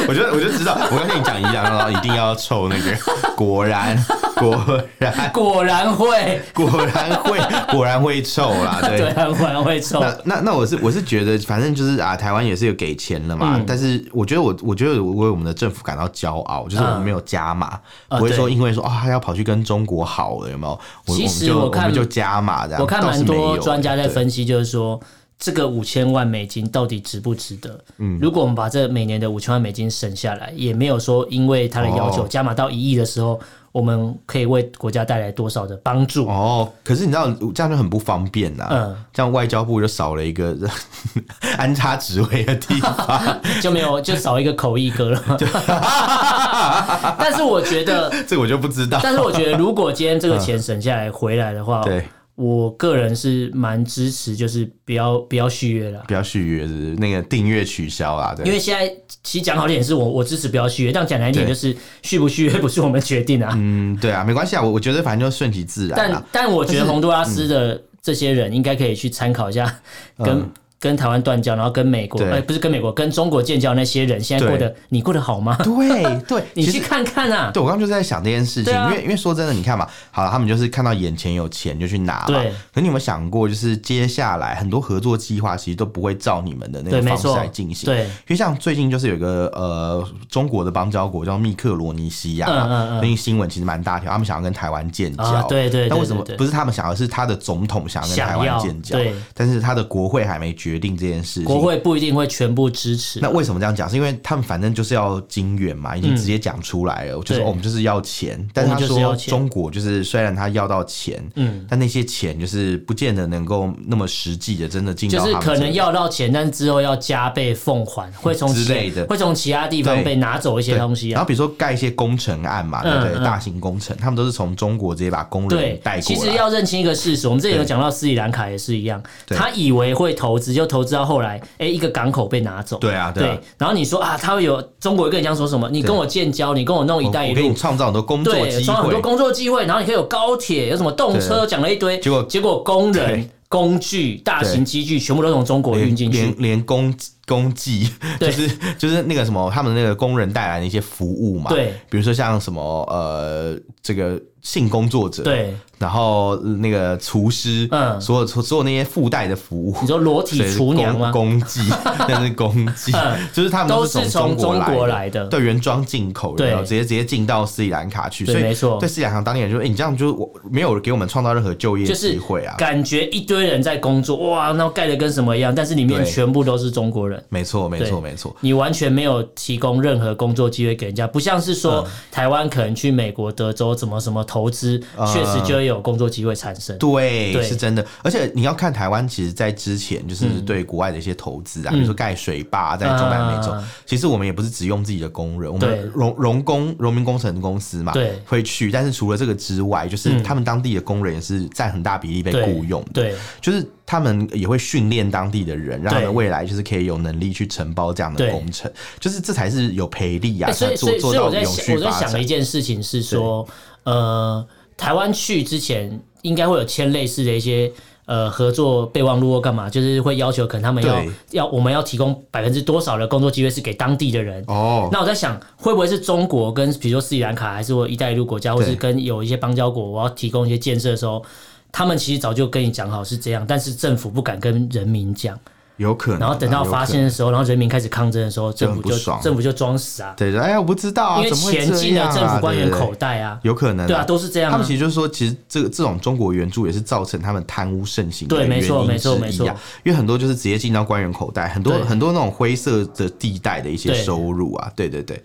Speaker 1: 我就我就知道，我刚跟你讲一样，然后一定要臭那个，果然果然
Speaker 2: 果然会，
Speaker 1: 果然会果然会臭 啦，对。
Speaker 2: 对啊，果然会抽。
Speaker 1: 那那那我是我是觉得，反正就是啊，台湾也是有给钱了嘛，
Speaker 2: 嗯
Speaker 1: 但是我觉得我我觉得我为我们的政府感到骄傲，就是我们
Speaker 2: 嗯
Speaker 1: 没有加码，
Speaker 2: 啊
Speaker 1: 不会说
Speaker 2: 对
Speaker 1: 因为说啊、他要跑去跟中国好了，有没有？我
Speaker 2: 其实
Speaker 1: 我们就
Speaker 2: 我
Speaker 1: 我
Speaker 2: 看
Speaker 1: 们就加码这样，
Speaker 2: 我看
Speaker 1: 倒是
Speaker 2: 蛮
Speaker 1: 没
Speaker 2: 多
Speaker 1: 有
Speaker 2: 专家在
Speaker 1: 对
Speaker 2: 分析，就是说这个五千万美金到底值不值得？嗯，如果我们把这每年的五千万美金省下来，也没有说因为他的要求
Speaker 1: 哦
Speaker 2: 加码到一亿的时候，我们可以为国家带来多少的帮助？
Speaker 1: 哦，可是你知道这样就很不方便呐、
Speaker 2: 嗯
Speaker 1: 这样外交部就少了一个 安插职位的地方，
Speaker 2: 就没有就少一个口译哥了。 但是我觉得，
Speaker 1: 这个我就不知道。
Speaker 2: 但是我觉得，如果今天这个钱省下来回来的话，
Speaker 1: 对，
Speaker 2: 我个人是蛮支持，就是不要不要续约了。
Speaker 1: 不要续约是不是那个订阅取消啦，对，
Speaker 2: 因为现在其实讲好点是我我支持不要续约，但讲难听点就是续不续约 不是我们决定啊。
Speaker 1: 嗯，对啊，没关系啊，我我觉得反正就顺其自然啊
Speaker 2: 但
Speaker 1: 啦。嗯
Speaker 2: 但我觉得洪都拉斯的这些人应该可以去参考一下，跟跟台湾断交，然后跟美国，
Speaker 1: 对
Speaker 2: 哎，不是跟美国，跟中国建交那些人，现在
Speaker 1: 对
Speaker 2: 过得你过得好吗？
Speaker 1: 对对，
Speaker 2: 你
Speaker 1: 其
Speaker 2: 去
Speaker 1: 实。
Speaker 2: 看看啊。
Speaker 1: 对，我刚刚就在想这件事情，
Speaker 2: 对啊
Speaker 1: 因为因为说真的，你看嘛，好了，他们就是看到眼前有钱就去拿嘛。
Speaker 2: 对
Speaker 1: 可你有没有想过，就是接下来很多合作计划其实都不会照你们的那
Speaker 2: 对
Speaker 1: 个
Speaker 2: 没
Speaker 1: 方式
Speaker 2: 错
Speaker 1: 来进行。
Speaker 2: 对
Speaker 1: 因为像最近就是有一个呃中国的邦交国叫密克罗尼西亚嘛，
Speaker 2: 嗯嗯嗯
Speaker 1: 最近新闻其实蛮大条，他们想要跟台湾建交。
Speaker 2: 啊对对对
Speaker 1: 但为什么
Speaker 2: 对对
Speaker 1: 不是他们想要，是他的总统想要跟
Speaker 2: 想
Speaker 1: 台湾
Speaker 2: 要
Speaker 1: 建交
Speaker 2: 对，
Speaker 1: 但是他的国会还没决定这件事情。
Speaker 2: 国会不一定会全部支持
Speaker 1: 那，为什么这样讲？是因为他们反正就是要金元嘛，已经直接讲出来了，就是、
Speaker 2: 对
Speaker 1: 哦我们就是要钱。但是
Speaker 2: 我
Speaker 1: 他
Speaker 2: 们就是要
Speaker 1: 说
Speaker 2: 钱
Speaker 1: 中国就是虽然他要到钱，
Speaker 2: 嗯
Speaker 1: 但那些钱就是不见得能够那么实际的真的进到
Speaker 2: 就
Speaker 1: 他
Speaker 2: 是
Speaker 1: 们这里，
Speaker 2: 可能要到钱，但之后要加倍奉还，会从
Speaker 1: 之
Speaker 2: 其
Speaker 1: 类的
Speaker 2: 会从其他地方
Speaker 1: 对
Speaker 2: 被拿走一些
Speaker 1: 对
Speaker 2: 东西
Speaker 1: 然
Speaker 2: 啊
Speaker 1: 后。比如说盖一些工程案嘛，对不对？
Speaker 2: 嗯嗯
Speaker 1: 大型工程，他们都是从中国直接把工人
Speaker 2: 对
Speaker 1: 带，过
Speaker 2: 其
Speaker 1: 来。
Speaker 2: 实要认清一个事实，我们之前有
Speaker 1: 对
Speaker 2: 讲到斯里兰卡也是一样，
Speaker 1: 对
Speaker 2: 他以为会投资，就投资到后来，哎、一个港口被拿走。
Speaker 1: 对啊，对
Speaker 2: 对
Speaker 1: 啊。，
Speaker 2: 然后你说啊，他会有中国会跟你这样说什么？你跟我建交，你跟我弄“一
Speaker 1: 我
Speaker 2: 带一
Speaker 1: 我给
Speaker 2: 路
Speaker 1: 你”，创造很多工作
Speaker 2: 对，
Speaker 1: 机
Speaker 2: 创造很多
Speaker 1: 会，
Speaker 2: 工作机会，然后你可以有高铁，有什么动车，讲了一堆，
Speaker 1: 结果
Speaker 2: 结果工人
Speaker 1: 对、
Speaker 2: 工具、大型机具全部都从中国运
Speaker 1: 连
Speaker 2: 进去
Speaker 1: 连。连工工技，
Speaker 2: 对
Speaker 1: 就是就是那个什么，他们那个工人带来的一些服务嘛，
Speaker 2: 对，
Speaker 1: 比如说像什么呃，这个性工作者，，
Speaker 2: 对，
Speaker 1: 然后呃那个厨师，
Speaker 2: 嗯
Speaker 1: 所有所有那些附带的服务。
Speaker 2: 你说裸体
Speaker 1: 所以是
Speaker 2: 厨娘啊吗？
Speaker 1: 工工技， 那是工技
Speaker 2: 嗯，
Speaker 1: 就是他们
Speaker 2: 都
Speaker 1: 是
Speaker 2: 是从
Speaker 1: 国
Speaker 2: 中国
Speaker 1: 来
Speaker 2: 来的
Speaker 1: 对，原装进口的，
Speaker 2: 对
Speaker 1: 有没有直接直接进到斯里兰卡去，
Speaker 2: 对
Speaker 1: 所以
Speaker 2: 没错
Speaker 1: 对斯里兰卡当地人就说，哎，你这样就我没有给我们创造任何就业
Speaker 2: 就是
Speaker 1: 机会啊，
Speaker 2: 感觉一堆人在工作，哇，那盖的跟什么一样，但是里面
Speaker 1: 对
Speaker 2: 全部都是中国人。
Speaker 1: 没错，没错，
Speaker 2: 对
Speaker 1: 没错，
Speaker 2: 你完全没有提供任何工
Speaker 1: 嗯
Speaker 2: 作机会给人家，不像是说台湾可能去美国德州怎么什么投资，确、实就有工作机会产生。
Speaker 1: 啊对，
Speaker 2: 对
Speaker 1: 是真的。而且你要看台湾，其实，在之前就是对国外的一些投资啊，比如说盖水坝在中南美洲
Speaker 2: 嗯啊，
Speaker 1: 其实我们也不是只用自己的工人，我
Speaker 2: 对
Speaker 1: 们荣荣工荣民工程公司嘛，
Speaker 2: 对
Speaker 1: 会去。但是除了这个之外，就是
Speaker 2: 嗯
Speaker 1: 他们当地的工人也是占很大比例被
Speaker 2: 对
Speaker 1: 雇佣的，
Speaker 2: 对
Speaker 1: 就是他们也会训练当地的人，让他们
Speaker 2: 对
Speaker 1: 未来就是可以有能力去承包这样的
Speaker 2: 对
Speaker 1: 工程，就是这才是有培力啊，
Speaker 2: 欸所
Speaker 1: 才
Speaker 2: 以所
Speaker 1: 做
Speaker 2: 以
Speaker 1: 做
Speaker 2: 所以我
Speaker 1: 到
Speaker 2: 在
Speaker 1: 永
Speaker 2: 想
Speaker 1: 续
Speaker 2: 我在
Speaker 1: 发
Speaker 2: 想的
Speaker 1: 展
Speaker 2: 一。件事情是说，呃，台湾去之前应该会有签类似的一些。呃，合作备忘录或干嘛，就是会要求可能他们要
Speaker 1: 对
Speaker 2: 要我们要提供百分之多少的工作机会是给当地的人。
Speaker 1: 哦，
Speaker 2: 那我在想，会不会是中国跟比如说斯里兰卡，还是我一带一路国家，或是
Speaker 1: 对
Speaker 2: 跟有一些邦交国，我要提供一些建设的时候，他们其实早就跟你讲好是这样，但是政府不敢跟人民讲，
Speaker 1: 有可能啊。
Speaker 2: 然后等到
Speaker 1: 有可
Speaker 2: 发现
Speaker 1: 能，
Speaker 2: 的时候，然后人民开始抗争的时候，
Speaker 1: 就
Speaker 2: 政
Speaker 1: 很
Speaker 2: 府
Speaker 1: 不
Speaker 2: 就哦
Speaker 1: 爽
Speaker 2: 政府就装死啊，
Speaker 1: 对，哎呀，我不知道啊，
Speaker 2: 因为
Speaker 1: 怎么会
Speaker 2: 钱
Speaker 1: 这
Speaker 2: 进
Speaker 1: 样
Speaker 2: 了
Speaker 1: 啊
Speaker 2: 政府官员
Speaker 1: 对对对
Speaker 2: 口袋啊，
Speaker 1: 有可能、
Speaker 2: 对啊，都是这样
Speaker 1: 他
Speaker 2: 啊
Speaker 1: 们。其实就是说，其实这个这种中国援助也是造成他们贪污盛行的
Speaker 2: 对没错
Speaker 1: 原因
Speaker 2: 没错
Speaker 1: 之
Speaker 2: 没
Speaker 1: 一
Speaker 2: 错
Speaker 1: 啊因为很多就是直接进到官员口袋，很多
Speaker 2: 对
Speaker 1: 很多那种灰色的地带的一些
Speaker 2: 对
Speaker 1: 收入啊，对对对。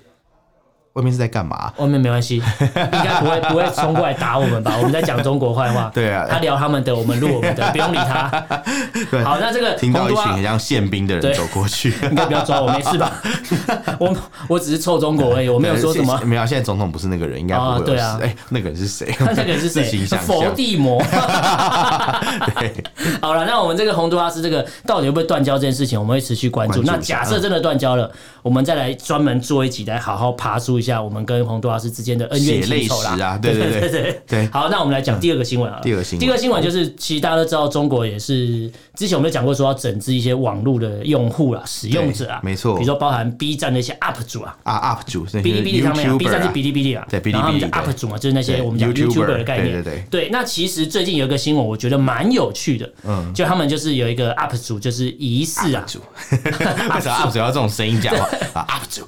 Speaker 1: 外面是在干嘛、
Speaker 2: 外哦面没关系，应该不会不会冲过来打我们吧？我们在讲中国坏话，
Speaker 1: 对啊
Speaker 2: 他聊他们的，我们录我们的，不用 理他。
Speaker 1: 对
Speaker 2: 好，那这个啊
Speaker 1: 听到
Speaker 2: 洪
Speaker 1: 一
Speaker 2: 都
Speaker 1: 群
Speaker 2: 拉
Speaker 1: 很像宪兵的人
Speaker 2: 对
Speaker 1: 走过去，
Speaker 2: 应该不要抓我，没事吧？我我只是臭中国 而已，我没有说什么
Speaker 1: 对。没有，现在总统不是那个人，应该不会有
Speaker 2: 哦对啊
Speaker 1: 事哎、那个人是谁？
Speaker 2: 那这个人是
Speaker 1: 自
Speaker 2: 谁
Speaker 1: 行？想
Speaker 2: 佛
Speaker 1: 象。
Speaker 2: 地魔。 好了，那我们这个洪都拉斯这个到底会不会断交这件事情，我们会持续关注。
Speaker 1: 关注一下
Speaker 2: 那假设真的断交了，我们再来专门做一集来好好爬梳一下我们跟洪都拉斯之间的恩怨
Speaker 1: 血泪
Speaker 2: 情仇啦。
Speaker 1: 史啊对对对
Speaker 2: 对
Speaker 1: 对嗯
Speaker 2: 好，那我们来讲第二个新闻啊。
Speaker 1: 第二个新闻
Speaker 2: 第二个新闻就是，其实大家都知道，中国也是之前我们就讲过，说要整治一些网络的用户啦、使用者啊，
Speaker 1: 对没错
Speaker 2: 比如说包含 B 站的一些 UP 主啊，
Speaker 1: 啊，UP 主，哔
Speaker 2: 哔哩哔哩上面啊，B 站是哔哩哔哩啊，
Speaker 1: 对哔哩哔哩
Speaker 2: 然后他们叫
Speaker 1: 对
Speaker 2: UP 主嘛，就是那些
Speaker 1: 对
Speaker 2: 我们讲
Speaker 1: YouTuber
Speaker 2: YouTuber 的概念，
Speaker 1: 对对
Speaker 2: 那其实最近有一个新闻，我觉得蛮有趣的，嗯，就他们就是有一个 UP 主，就是疑似啊
Speaker 1: UP，主，为什么 UP 主要这种声音讲话啊？UP 主，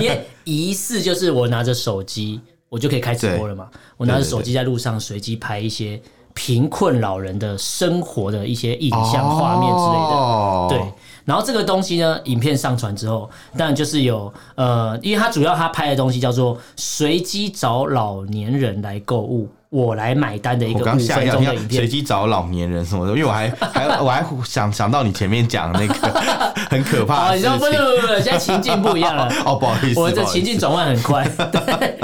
Speaker 2: 因为疑似就是我拿着手机，我就可以开直播了嘛，我拿着手机在路上随机拍一些贫困老人的生活的一些影像画面之类的，
Speaker 1: 哦
Speaker 2: 对，然后这个东西呢，影片上传之后，当然就是有呃，因为他主要他拍的东西叫做随机找老年人来购物，我来买单的一
Speaker 1: 我
Speaker 2: 个
Speaker 1: 刚
Speaker 2: 五
Speaker 1: 吓一
Speaker 2: 分
Speaker 1: 跳，听
Speaker 2: 钟的
Speaker 1: 到
Speaker 2: 影
Speaker 1: 随
Speaker 2: 片。
Speaker 1: 机找老年人什么的，因为我 还还我还想想到你前面讲的那 个很可怕
Speaker 2: 啊，
Speaker 1: 的
Speaker 2: 你
Speaker 1: 事
Speaker 2: 知道不不
Speaker 1: 情。
Speaker 2: 不不，现在情境不一样了。
Speaker 1: 哦，不好意思，
Speaker 2: 我
Speaker 1: 不
Speaker 2: 的
Speaker 1: 好意
Speaker 2: 情境
Speaker 1: 思
Speaker 2: 转换很快， 对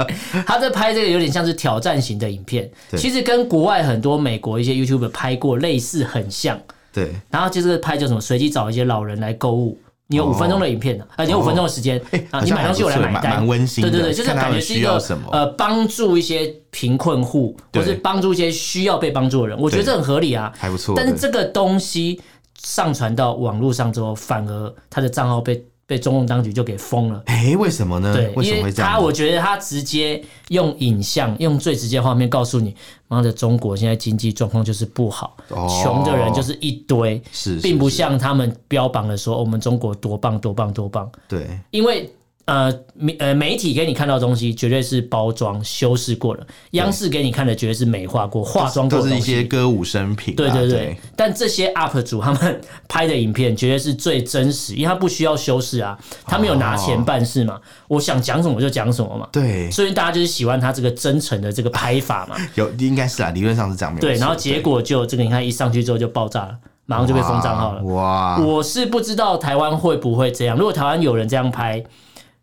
Speaker 2: 他在拍这个有点像是挑战型的影片，
Speaker 1: 对
Speaker 2: 其实跟国外很多美国一些 YouTube 拍过类似很像，
Speaker 1: 对，
Speaker 2: 然后就是拍叫什么随机找一些老人来购物，你有
Speaker 1: 哦
Speaker 2: 五分钟的影片呢，啊，你有五分钟的时间啊，
Speaker 1: 好
Speaker 2: 你
Speaker 1: 像
Speaker 2: 买东西我来
Speaker 1: 还
Speaker 2: 买
Speaker 1: 不错
Speaker 2: 单，
Speaker 1: 蛮蛮温馨的
Speaker 2: 对对对，就是
Speaker 1: 看他
Speaker 2: 感
Speaker 1: 们
Speaker 2: 觉是一
Speaker 1: 需要
Speaker 2: 个
Speaker 1: 什么
Speaker 2: 呃帮助一些贫困户，
Speaker 1: 对
Speaker 2: 或是帮助一些需要被帮助的人，我觉得
Speaker 1: 对
Speaker 2: 这很合理啊，
Speaker 1: 还不错
Speaker 2: 但是
Speaker 1: 对
Speaker 2: 这个东西上传到网络上之后，反而他的账号被被中共当局就给封了。
Speaker 1: 哎，为什么呢
Speaker 2: 对？，
Speaker 1: 为什
Speaker 2: 因
Speaker 1: 么
Speaker 2: 为
Speaker 1: 会这样
Speaker 2: 他
Speaker 1: 呢？
Speaker 2: 我觉得他直接用影像，用最直接的画面告诉你，妈的，中国现在经济状况就是不好，
Speaker 1: 哦
Speaker 2: 穷、的人就是一堆，
Speaker 1: 是是
Speaker 2: 并不
Speaker 1: 是
Speaker 2: 像他们标榜的说、哦我们中国多棒多棒多棒，
Speaker 1: 对
Speaker 2: 因为。呃，媒呃媒体给你看到的东西，绝对是包装修饰过的；央视给你看的，绝对是美化过、化妆过
Speaker 1: 都
Speaker 2: 的
Speaker 1: 是一
Speaker 2: 东
Speaker 1: 些
Speaker 2: 西。
Speaker 1: 歌舞升平啊，
Speaker 2: 对对
Speaker 1: 对
Speaker 2: 对，但这些 UP 主他们拍的影片绝对是最真实，因为他不需要修饰啊，他没有拿钱办事嘛，我想讲什么就讲什么嘛。
Speaker 1: 对，
Speaker 2: 所以大家就是喜欢他这个真诚的这个拍法 嘛。
Speaker 1: 有应该是啊，理论上是这样，没有
Speaker 2: 对，
Speaker 1: 错
Speaker 2: 然后结果就这个，你看一上去之后就爆炸了，马上就被封账号了。
Speaker 1: 哇，哇
Speaker 2: 我是不知道台湾会不会这样，如果台湾有人这样拍，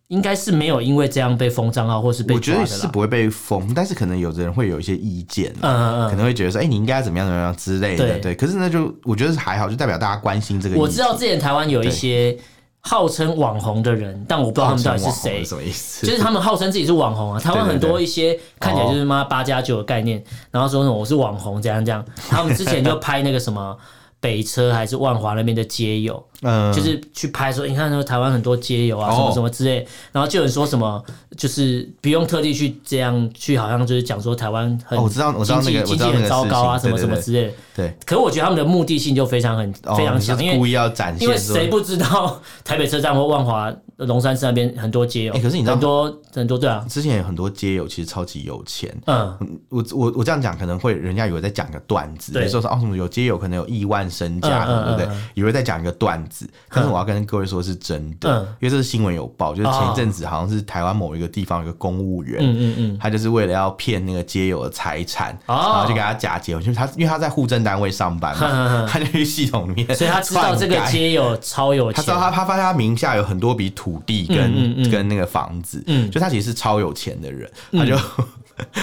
Speaker 2: 应该是没有因为这样被封账号或是被
Speaker 1: 我觉
Speaker 2: 抓
Speaker 1: 得
Speaker 2: 的
Speaker 1: 是
Speaker 2: 啦。
Speaker 1: 不会被封，但是可能有的人会有一些意见啊，
Speaker 2: 嗯嗯
Speaker 1: 可能会觉得说，哎，你应该怎么样怎么样之类的，
Speaker 2: 对
Speaker 1: 对。可是那就我觉得是还好，就代表大家关心这个
Speaker 2: 嗯，
Speaker 1: 议题。
Speaker 2: 我知道之前台湾有一些号称网红的人，但我不知道他们到底是谁。
Speaker 1: 什么意思？
Speaker 2: 就是他们号称自己是网红啊，台湾很多一些看起来就是妈八加九的概念，然后说什么我是网红怎样怎样，他们之 前就拍那个什么北车还是万华那边的街友，
Speaker 1: 嗯，
Speaker 2: 就是去拍说，你看说台湾很多街友啊，什么
Speaker 1: 哦
Speaker 2: 什么之类，然后就有人说什么，就是不用特地去这样去，好像就是讲说台湾很
Speaker 1: 哦我知道我知道
Speaker 2: 经济
Speaker 1: 那个我
Speaker 2: 经
Speaker 1: 知
Speaker 2: 济
Speaker 1: 道那个
Speaker 2: 很糟糕啊，
Speaker 1: 事
Speaker 2: 什
Speaker 1: 情
Speaker 2: 么什么之类的。
Speaker 1: 对，
Speaker 2: 可我觉得他们的目的性就非常很
Speaker 1: 哦
Speaker 2: 非常
Speaker 1: 你是
Speaker 2: 强，因
Speaker 1: 故
Speaker 2: 为
Speaker 1: 意要展现
Speaker 2: 因为
Speaker 1: 说
Speaker 2: 谁不知道台北车站或万华、龙山寺那边很多街友，哦
Speaker 1: 欸可是你知道
Speaker 2: 很多很多对啊，
Speaker 1: 之前有很多街友其实超级有钱。
Speaker 2: 嗯，
Speaker 1: 我我我这样讲可能会人家以为在讲个段子，
Speaker 2: 对
Speaker 1: 就说哦什么有街友可能有亿万身价的，
Speaker 2: 嗯嗯
Speaker 1: 对不对
Speaker 2: 嗯？
Speaker 1: 以为在讲一个段子，但是我要跟各位说是真的，
Speaker 2: 嗯哦
Speaker 1: 因为这是新闻有报，就是前一阵子好像是台湾某一个地方有个公务员，
Speaker 2: 嗯嗯嗯，
Speaker 1: 他就是为了要骗那个街友的财产，
Speaker 2: 哦
Speaker 1: 然后就给他假结婚，就是他因为他在户政单位上班
Speaker 2: 哼哼
Speaker 1: 嘛
Speaker 2: 哼，
Speaker 1: 他就去系统里面篡改，
Speaker 2: 所以他知道这个街友超有
Speaker 1: 他
Speaker 2: 钱
Speaker 1: 知，道他他发现他名下有很多笔土地跟、
Speaker 2: 嗯嗯嗯
Speaker 1: 跟那个房子，
Speaker 2: 嗯
Speaker 1: 就他其实是超有钱的人，他就。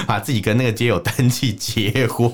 Speaker 1: 把自己跟那个街友登记结 婚，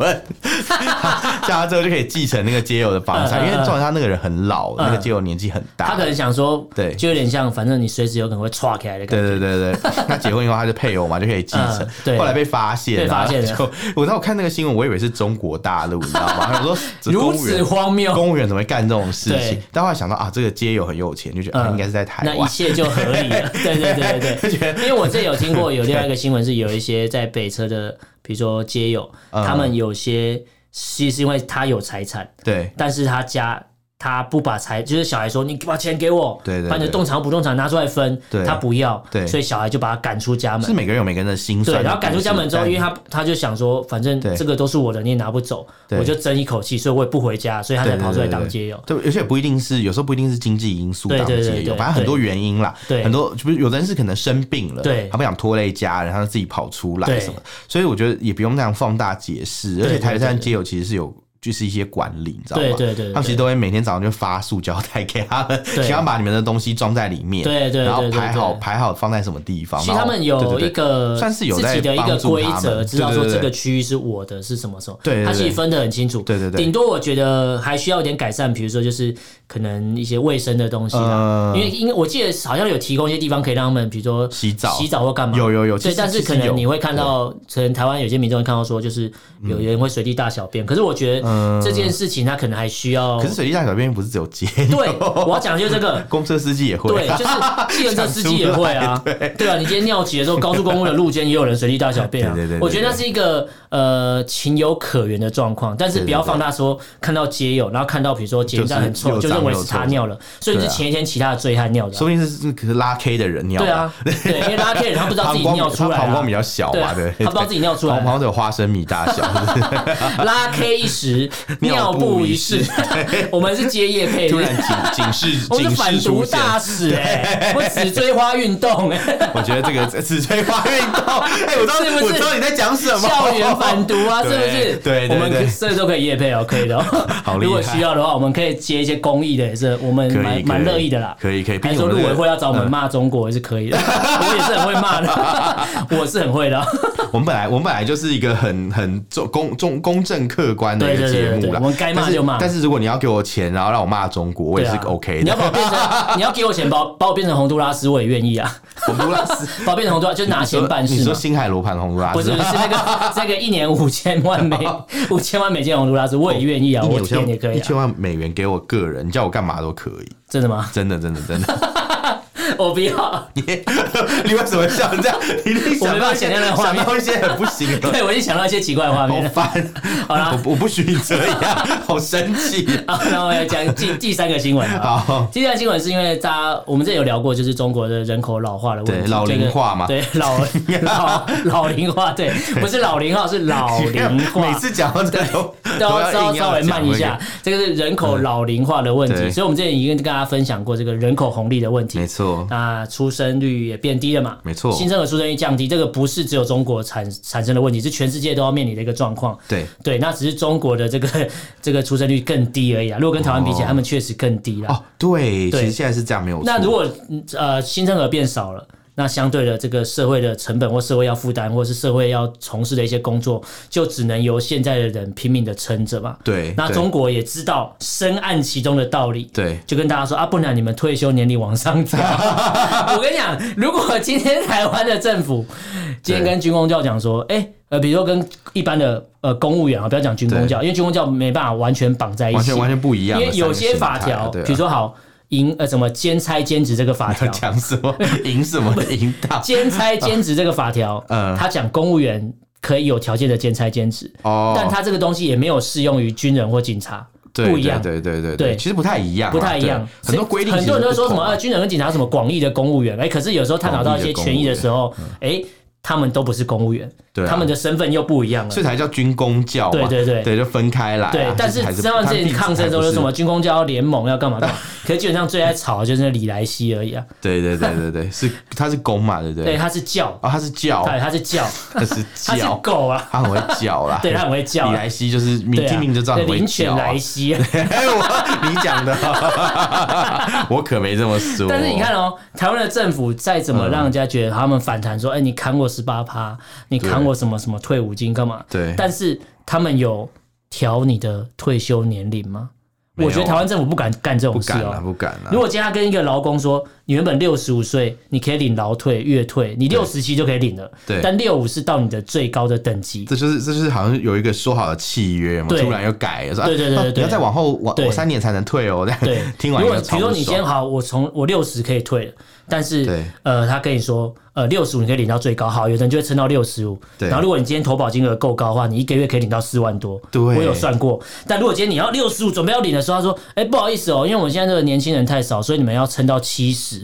Speaker 1: 这样他之后就可以继承那个街友的房产。
Speaker 2: 嗯嗯
Speaker 1: 因为重点他那个人很老，那个
Speaker 2: 嗯
Speaker 1: 街友年纪很大，
Speaker 2: 他可能想说，
Speaker 1: 对
Speaker 2: 就有点像，反正你随时有可能会岔开的感
Speaker 1: 对对
Speaker 2: 觉。
Speaker 1: 对 对，那结婚以后他是配偶嘛，就可以继承
Speaker 2: 嗯。对
Speaker 1: 后来被发现，
Speaker 2: 被发现了
Speaker 1: 然后就我那我看那个新闻，我以为是中国大陆，你知道吗？我 说这
Speaker 2: 如
Speaker 1: 公务员
Speaker 2: 此荒谬，
Speaker 1: 公务员怎么会干这种事情
Speaker 2: 对？
Speaker 1: 但后来想到啊，这个街友很有钱，就觉得、啊
Speaker 2: 嗯
Speaker 1: 应该是在台
Speaker 2: 那一
Speaker 1: 湾。
Speaker 2: 切就合理 了。对对对对
Speaker 1: 就觉得
Speaker 2: 对，因为我这有听过有另外一个新闻是有一些在北车的，比如说街友，
Speaker 1: 嗯
Speaker 2: 他们有些是是因为他有财产，
Speaker 1: 对
Speaker 2: 但是他家他不把财，就是小孩说你把钱给我，
Speaker 1: 对对对
Speaker 2: 把你的动产不动产拿出来分
Speaker 1: 对，
Speaker 2: 他不要，
Speaker 1: 对
Speaker 2: 所以小孩就把他赶出家
Speaker 1: 是
Speaker 2: 门。
Speaker 1: 每个人有每个人的心酸的
Speaker 2: 对，
Speaker 1: 故事。
Speaker 2: 然后赶出家门之后，
Speaker 1: 但
Speaker 2: 因为他他就想说，反正
Speaker 1: 对
Speaker 2: 这个都是我的，你也拿不走，
Speaker 1: 对
Speaker 2: 我就争一口气，所以我也不回家，所以他才
Speaker 1: 对对
Speaker 2: 跑出来
Speaker 1: 对
Speaker 2: 当
Speaker 1: 对
Speaker 2: 街友。
Speaker 1: 对，而且不一定是，有时候不一定是经济因素
Speaker 2: 对
Speaker 1: 当
Speaker 2: 对对
Speaker 1: 街友，
Speaker 2: 对
Speaker 1: 反正很多
Speaker 2: 对
Speaker 1: 原因啦。
Speaker 2: 对
Speaker 1: 很多就是有的人是可能生病了，
Speaker 2: 对
Speaker 1: 他不想拖累家人，他自己跑出来
Speaker 2: 对
Speaker 1: 什么，所以我觉得也不用那样放大解释。
Speaker 2: 对
Speaker 1: 而且台北
Speaker 2: 对
Speaker 1: 站
Speaker 2: 对
Speaker 1: 街友其实是有。就是一些管理，你知道吗？
Speaker 2: 对对对对
Speaker 1: 他们其实都会每天早上就发塑胶袋给他们，
Speaker 2: 对
Speaker 1: 希望把你们的东西装在里面，
Speaker 2: 对对对
Speaker 1: 然后
Speaker 2: 对对
Speaker 1: 排好
Speaker 2: 对
Speaker 1: 排好放在什么地方。
Speaker 2: 其实
Speaker 1: 然
Speaker 2: 他
Speaker 1: 后
Speaker 2: 们
Speaker 1: 对对
Speaker 2: 有
Speaker 1: 对
Speaker 2: 一个
Speaker 1: 算是有
Speaker 2: 自
Speaker 1: 在
Speaker 2: 己的一
Speaker 1: 帮
Speaker 2: 个
Speaker 1: 助
Speaker 2: 规
Speaker 1: 他们
Speaker 2: 则，知道
Speaker 1: 对对
Speaker 2: 说
Speaker 1: 对
Speaker 2: 这个
Speaker 1: 对
Speaker 2: 区域是我的，是什么时候。
Speaker 1: 对对对
Speaker 2: 他其实分得很清楚。
Speaker 1: 对对对
Speaker 2: 顶多我觉得还需要一点改善，比如说就是可能一些卫生的东西啦，
Speaker 1: 嗯
Speaker 2: 因为因为我记得好像有提供一些地方可以让他们，比如说
Speaker 1: 洗澡
Speaker 2: 洗澡或干嘛。
Speaker 1: 有有有其
Speaker 2: 对，
Speaker 1: 实
Speaker 2: 但是
Speaker 1: 其实
Speaker 2: 可能
Speaker 1: 有
Speaker 2: 你会看到，可能台湾有些民众会看到说，就是有人会随地大小便，可是我觉
Speaker 1: 嗯
Speaker 2: 得这件事情他可能还需要
Speaker 1: 可。是水地大小便不是只有街友，
Speaker 2: 对，我要讲的就是这 个。
Speaker 1: 公车司机也会，啊
Speaker 2: 对，就是计程车司机也会啊，对啊，你今天尿急的时候，高速公路的路肩也有人随地大小便 啊。
Speaker 1: 对对对对
Speaker 2: 我觉得那是一个呃情有可原的状况，但是不要放大说看到街友，然后看到比如说捷运站很臭，
Speaker 1: 就是
Speaker 2: 就
Speaker 1: 又脏
Speaker 2: 认为
Speaker 1: 又
Speaker 2: 是
Speaker 1: 臭
Speaker 2: 他尿了，所以
Speaker 1: 对
Speaker 2: 是
Speaker 1: 啊
Speaker 2: 前一天其他的醉汉尿的 啊
Speaker 1: 说。不定是是可是拉 K 的人尿的，
Speaker 2: 对啊，对，因为拉天人他不知道
Speaker 1: 膀
Speaker 2: 自己
Speaker 1: 胱
Speaker 2: 尿出来
Speaker 1: 他膀
Speaker 2: 啊
Speaker 1: 胱比，较小
Speaker 2: 对
Speaker 1: 嘛，
Speaker 2: 啊
Speaker 1: 对，
Speaker 2: 他不知道自己尿出来啊
Speaker 1: 膀胱只有花生米大 小，
Speaker 2: 拉 K 一时，
Speaker 1: 尿
Speaker 2: 尿
Speaker 1: 布
Speaker 2: 布
Speaker 1: 一
Speaker 2: 一
Speaker 1: 世
Speaker 2: 世。我们是接夜配，
Speaker 1: 突然警警示
Speaker 2: 我们
Speaker 1: 警示
Speaker 2: 是反
Speaker 1: 出
Speaker 2: 毒
Speaker 1: 现。
Speaker 2: 大使哎，我只追花运动哎。
Speaker 1: 我觉得这个 紫翠花运 动，哎，我知道，
Speaker 2: 是不是
Speaker 1: 我知道你在讲什么，
Speaker 2: 校园反毒啊，是不是？
Speaker 1: 对对对
Speaker 2: 我们
Speaker 1: 对
Speaker 2: 这都可以夜配哦，可以的哦。
Speaker 1: 好厉害
Speaker 2: 如果需要的话，我们可以接一些公益的，也是我们
Speaker 1: 可以可以
Speaker 2: 蛮蛮乐意的啦。
Speaker 1: 可以可以毕
Speaker 2: 还
Speaker 1: 竟
Speaker 2: 说
Speaker 1: 我
Speaker 2: 陆
Speaker 1: 们这个
Speaker 2: 委会要找我们骂中国也是可 以的，我也是很会骂的，我是很会的哦。
Speaker 1: 我们本来我们本来就是一个很很中公中公正客观的一个
Speaker 2: 对对
Speaker 1: 节
Speaker 2: 对对
Speaker 1: 目
Speaker 2: 对
Speaker 1: 啦。
Speaker 2: 我们该骂
Speaker 1: 但是
Speaker 2: 就骂
Speaker 1: 但是如果你要给我钱，然后让我骂中国，我也
Speaker 2: 对
Speaker 1: 是
Speaker 2: 啊
Speaker 1: OK
Speaker 2: 你要
Speaker 1: 的。
Speaker 2: 把我变成，你要给我钱，把我把我变成洪都拉斯，我也愿意啊。
Speaker 1: 洪都拉斯，
Speaker 2: 把我变成洪都拉，就是拿钱办
Speaker 1: 你
Speaker 2: 事
Speaker 1: 说
Speaker 2: 嘛。
Speaker 1: 星海罗盘洪都拉斯
Speaker 2: 不是，
Speaker 1: 吗
Speaker 2: 不是 那个那个一年五千万美五千万美金的洪都拉斯，我也愿意啊，
Speaker 1: 一
Speaker 2: 我
Speaker 1: 年五
Speaker 2: 舔
Speaker 1: 千
Speaker 2: 也可以
Speaker 1: 一
Speaker 2: 啊
Speaker 1: 千，万美元给我个人，你叫我干嘛都可以，
Speaker 2: 真的吗？
Speaker 1: 真的真的真的。
Speaker 2: 我不要。
Speaker 1: 你 你为什么笑成这 样？你一定
Speaker 2: 我
Speaker 1: 想
Speaker 2: 没
Speaker 1: 到
Speaker 2: 办法
Speaker 1: 一些
Speaker 2: 想象那个画
Speaker 1: 想
Speaker 2: 面
Speaker 1: 到一些很不行的，
Speaker 2: 对，我已经想到一些奇怪的画
Speaker 1: 好
Speaker 2: 面了。
Speaker 1: 烦。
Speaker 2: 好啦
Speaker 1: 我我不许你这 样，好生气。
Speaker 2: 好，那我要讲第 第三个新闻啊。
Speaker 1: 好，
Speaker 2: 第三个新闻是因为大家我们这里有聊过，就是中国的人口老化的问
Speaker 1: 对
Speaker 2: 题，
Speaker 1: 老龄化嘛
Speaker 2: 对，老 老老龄化，对，不是老龄化，是老龄 化。
Speaker 1: 每次讲到这都
Speaker 2: 都
Speaker 1: 都
Speaker 2: 要稍
Speaker 1: 要硬要
Speaker 2: 稍微慢一下
Speaker 1: 讲，
Speaker 2: 这个是人口老龄化的问
Speaker 1: 嗯
Speaker 2: 题，
Speaker 1: 对
Speaker 2: 所以我们之前已经跟大家分享过这个人口红利的问
Speaker 1: 那个，没
Speaker 2: 题。
Speaker 1: 错，
Speaker 2: 那出生率也变低了嘛？
Speaker 1: 没错
Speaker 2: 新生儿出生率降低，这个不是只有中国产产生的问题，是全世界都要面临的一个状况。
Speaker 1: 对。
Speaker 2: 对，那只是中国的这个这个出生率更低而已啊。如果跟台湾比起来，
Speaker 1: 哦
Speaker 2: 他们确实更低啦。
Speaker 1: 哦，对，其
Speaker 2: 对
Speaker 1: 实现在是这样没有错。
Speaker 2: 那如果嗯呃新生儿变少了。那相对的，这个社会的成本或社会要负担，或是社会要从事的一些工作，就只能由现在的人拼命的撑着嘛。
Speaker 1: 对
Speaker 2: 那
Speaker 1: 对
Speaker 2: 中国也知道深谙其中的道理，
Speaker 1: 对
Speaker 2: 就跟大家说啊，不然你们退休年龄往 上调。我跟你讲，如果今天台湾的政府今天跟军工教讲说，哎、呃，比如说跟一般的呃公务员啊，不要讲军工教，因为军工教没办法完全绑在一起，
Speaker 1: 完全完全不一样的
Speaker 2: 因为有
Speaker 1: 三
Speaker 2: 些
Speaker 1: 个形态啊，
Speaker 2: 法条，
Speaker 1: 对啊
Speaker 2: 比如说好营呃什么兼差兼职这个法条，
Speaker 1: 讲什 么赢什么赢到
Speaker 2: 兼差兼职这个法条，
Speaker 1: 嗯
Speaker 2: 他讲公务员可以有条件的兼差兼职，
Speaker 1: 哦，
Speaker 2: 但他这个东西也没有适用于军人或警察，
Speaker 1: 对
Speaker 2: 不一样。
Speaker 1: 对对对
Speaker 2: 对
Speaker 1: 其实不太一样啊，
Speaker 2: 不太一样
Speaker 1: 对，很多规定，
Speaker 2: 很
Speaker 1: 啊
Speaker 2: 多人都说什么呃，军人跟警察什么广义的公务员，哎，可是有时候探讨到一些权益的时候，哎。他们都不是公务员，
Speaker 1: 嗯对啊
Speaker 2: 他们的身份又不一样了
Speaker 1: 所。以才叫军工教嘛，
Speaker 2: 对对对
Speaker 1: 对，就分开来啊。
Speaker 2: 对，但是
Speaker 1: 还
Speaker 2: 他们之前抗争的时
Speaker 1: 还
Speaker 2: 候说
Speaker 1: 不是
Speaker 2: 什么军工教联盟要干嘛 干嘛，可是基本上最爱吵的就是那李莱西而已啊。
Speaker 1: 对对对对对，是他是公嘛，对不对？
Speaker 2: 对，他是教，
Speaker 1: 哦，他是教，
Speaker 2: 对，他是教，
Speaker 1: 他是
Speaker 2: 他是
Speaker 1: 教，
Speaker 2: 狗啊，
Speaker 1: 他很会教啦。
Speaker 2: 对他很会叫啊
Speaker 1: 李莱西就是你
Speaker 2: 对啊，
Speaker 1: 听名就知道很
Speaker 2: 对
Speaker 1: 会
Speaker 2: 林
Speaker 1: 叫
Speaker 2: 犬
Speaker 1: 啊
Speaker 2: 莱。西啊。
Speaker 1: 哎， 我你讲的， 我可没这么说。
Speaker 2: 但是你看，哦，台湾的政府再怎
Speaker 1: 嗯
Speaker 2: 么让人家觉得他们反弹说，哎、你砍我十八趴，你砍我什么什么退伍金干嘛？
Speaker 1: 对
Speaker 2: 但是他们有调你的退休年龄吗？
Speaker 1: 没有
Speaker 2: 我觉得台湾政府不敢干这
Speaker 1: 不
Speaker 2: 种事
Speaker 1: 敢啊了，
Speaker 2: 哦。
Speaker 1: 不敢了
Speaker 2: 如。果今天他跟一个劳工说，你原本六十五岁，你可以领劳退、月退，你六十七就可以领了。
Speaker 1: 对
Speaker 2: 但六五是到你的最高的等级。
Speaker 1: 这就是这就是好像有一个说好的契约嘛，
Speaker 2: 对
Speaker 1: 突然又改了，说啊
Speaker 2: 对对对对
Speaker 1: 啊你要
Speaker 2: 对
Speaker 1: 再往后往
Speaker 2: 对
Speaker 1: 我三年才能退哦。这样
Speaker 2: 对
Speaker 1: ，听完
Speaker 2: 如
Speaker 1: 有
Speaker 2: 果
Speaker 1: 点
Speaker 2: 比
Speaker 1: 超
Speaker 2: 如
Speaker 1: 不
Speaker 2: 说你今天
Speaker 1: 爽。
Speaker 2: 好，我从我六十可以退了，但是
Speaker 1: 对
Speaker 2: 呃，他跟你说呃六十五你可以领到最高，好，有的人就会撑到六十五。
Speaker 1: 对
Speaker 2: 然后如果你今天投保金额够高的话，你一个月可以领到四万多。
Speaker 1: 对
Speaker 2: 我有算过。但如果今天你要六十五准备要领的时候，他说，哎、不好意思哦，因为我现在这个年轻人太少，所以你们要撑到 七十。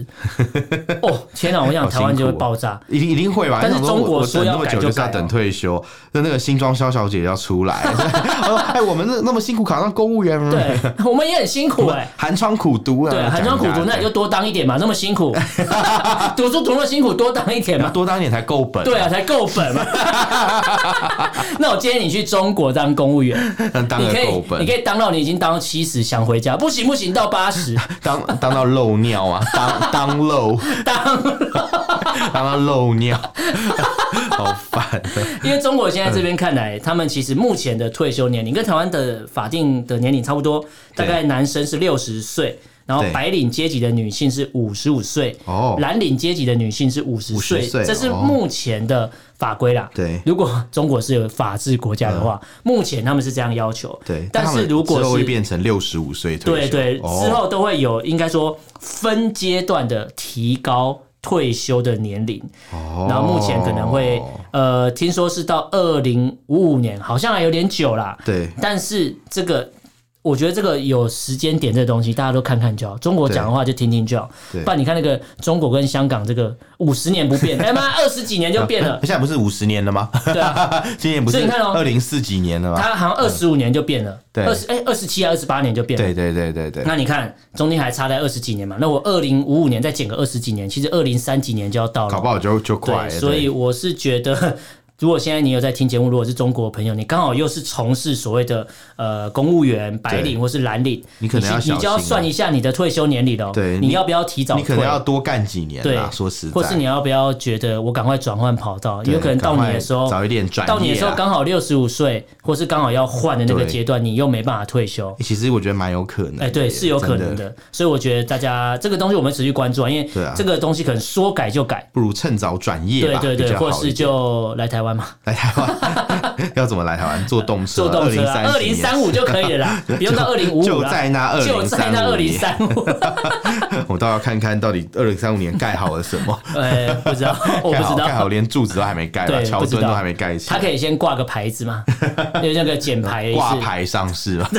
Speaker 2: 哦，天哪！我想
Speaker 1: 好辛
Speaker 2: 台湾就会
Speaker 1: 苦哦
Speaker 2: 爆炸。
Speaker 1: 一定一定会吧？
Speaker 2: 但是
Speaker 1: 你想说
Speaker 2: 中国
Speaker 1: 我我
Speaker 2: 说
Speaker 1: 等
Speaker 2: 要
Speaker 1: 那么
Speaker 2: 改
Speaker 1: 久
Speaker 2: 就是
Speaker 1: 要
Speaker 2: 改
Speaker 1: 等
Speaker 2: 哦
Speaker 1: 退休，那那个新装肖小姐要出来， 她说哎，我们那那么辛苦考上公务员，
Speaker 2: 对， 我们也很辛 苦哎、
Speaker 1: 寒窗苦读哦啊，
Speaker 2: 对，寒窗苦读，那你就多当一点嘛，那么辛苦， 读书读那么辛苦，多当一点嘛
Speaker 1: 要。多当一点才够本，
Speaker 2: 对啊，，才够本 嘛。那我建议你去中国当公务员，
Speaker 1: 当
Speaker 2: 你
Speaker 1: 个
Speaker 2: 可
Speaker 1: 够
Speaker 2: 以，
Speaker 1: 本
Speaker 2: 你可，以当到你已经当到七十，想回家，不行不行，到八十
Speaker 1: 当当到漏尿啊， 当当漏，
Speaker 2: 当，
Speaker 1: 当到漏尿， 好烦啊。
Speaker 2: 因为中国现在这边看来，他们其实目前的退休年龄跟台湾的法定的年龄差不多，大概男生是六十岁。然后
Speaker 1: 对
Speaker 2: 白领阶级的女性是五十五岁，
Speaker 1: 哦
Speaker 2: 蓝领阶级的女性是五十岁，
Speaker 1: 50岁
Speaker 2: 这是
Speaker 1: 哦
Speaker 2: 目前的法规啦。
Speaker 1: 对
Speaker 2: 如果中国是有法治国家的话，目前他们是这样要求。
Speaker 1: 对，
Speaker 2: 但
Speaker 1: 他们
Speaker 2: 是如果
Speaker 1: 之后
Speaker 2: 是
Speaker 1: 会变成六十五岁退
Speaker 2: 对
Speaker 1: 休，
Speaker 2: 对，
Speaker 1: 哦
Speaker 2: 之后都会有应该说分阶段的提高退休的年龄，
Speaker 1: 哦
Speaker 2: 然后目前可能会呃，听说是到二零五五年，好像还有点久啦。
Speaker 1: 对
Speaker 2: 但是这个。我觉得这个有时间点这个东西，大家都看看就好。中国讲的话就听听就好，
Speaker 1: 对
Speaker 2: 不然你看那个中国跟香港这个五十年不
Speaker 1: ，
Speaker 2: 变，他妈二十几年就变了
Speaker 1: 现在不是五十年了吗？
Speaker 2: 对啊，
Speaker 1: 今年不是
Speaker 2: 所以你看哦
Speaker 1: 二零四几年了吗？
Speaker 2: 他好像二十五年就变了，
Speaker 1: 对
Speaker 2: 二十哎二十七还二十八年就变了，
Speaker 1: 对对对对对，
Speaker 2: 那你看，中间还差在二十几年嘛？那我二零五五年再减个二十几年，其实二零三几年就要到了。
Speaker 1: 搞不好就就快
Speaker 2: 对，
Speaker 1: 了。
Speaker 2: 所以
Speaker 1: 对
Speaker 2: 我是觉得， 如果现在你有在听节目，如果是中国朋友，你刚好又是从事所谓的呃公务员、白领或是蓝领，
Speaker 1: 你可能要
Speaker 2: 你是你就要
Speaker 1: 小心啊
Speaker 2: 算一下你的退休年龄哦。
Speaker 1: 对
Speaker 2: 你
Speaker 1: 你
Speaker 2: 要不要提早退？
Speaker 1: 你可能要多干几年
Speaker 2: 对
Speaker 1: 啦，，说实在，
Speaker 2: 或是你要不要觉得我赶快转换跑道？
Speaker 1: 对
Speaker 2: 有可能
Speaker 1: 赶
Speaker 2: 到你
Speaker 1: 快
Speaker 2: 的时候，
Speaker 1: 早一点转业啦啊
Speaker 2: 到你的时候刚好六十五岁，或是刚好要换的那个
Speaker 1: 对
Speaker 2: 阶段，你又没办法退休。
Speaker 1: 欸其实我觉得蛮有可能的耶，
Speaker 2: 哎、对，是有可能
Speaker 1: 真
Speaker 2: 的，所以我觉得大家这个东西我们持续关注啊，因为
Speaker 1: 对啊
Speaker 2: 这个东西可能说改就改，
Speaker 1: 不如趁早转业
Speaker 2: 对
Speaker 1: 吧，
Speaker 2: 对
Speaker 1: 比
Speaker 2: 对，
Speaker 1: 较好
Speaker 2: 或
Speaker 1: 一
Speaker 2: 是
Speaker 1: 点
Speaker 2: 就来台 湾嘛，
Speaker 1: 来台湾， 要怎么来台湾？坐动车，
Speaker 2: 坐动车啊，二零
Speaker 1: 2030
Speaker 2: 三五就可以了啦，不用到二零五五
Speaker 1: 就
Speaker 2: 啦，
Speaker 1: 在那2035
Speaker 2: 就在那二零三五，
Speaker 1: 年， 我倒要看看到底二零三五年盖好了什么。
Speaker 2: 哎，不知道， 我
Speaker 1: 盖
Speaker 2: 不
Speaker 1: 好
Speaker 2: 知
Speaker 1: 盖好
Speaker 2: 道。
Speaker 1: 连柱子都还没盖吧，
Speaker 2: 对，
Speaker 1: 桥
Speaker 2: 不知
Speaker 1: 墩都
Speaker 2: 道
Speaker 1: 还没盖起
Speaker 2: 他
Speaker 1: 来，
Speaker 2: 可以先挂个牌 子嘛，有那个减牌也是
Speaker 1: 挂。牌上市 吧？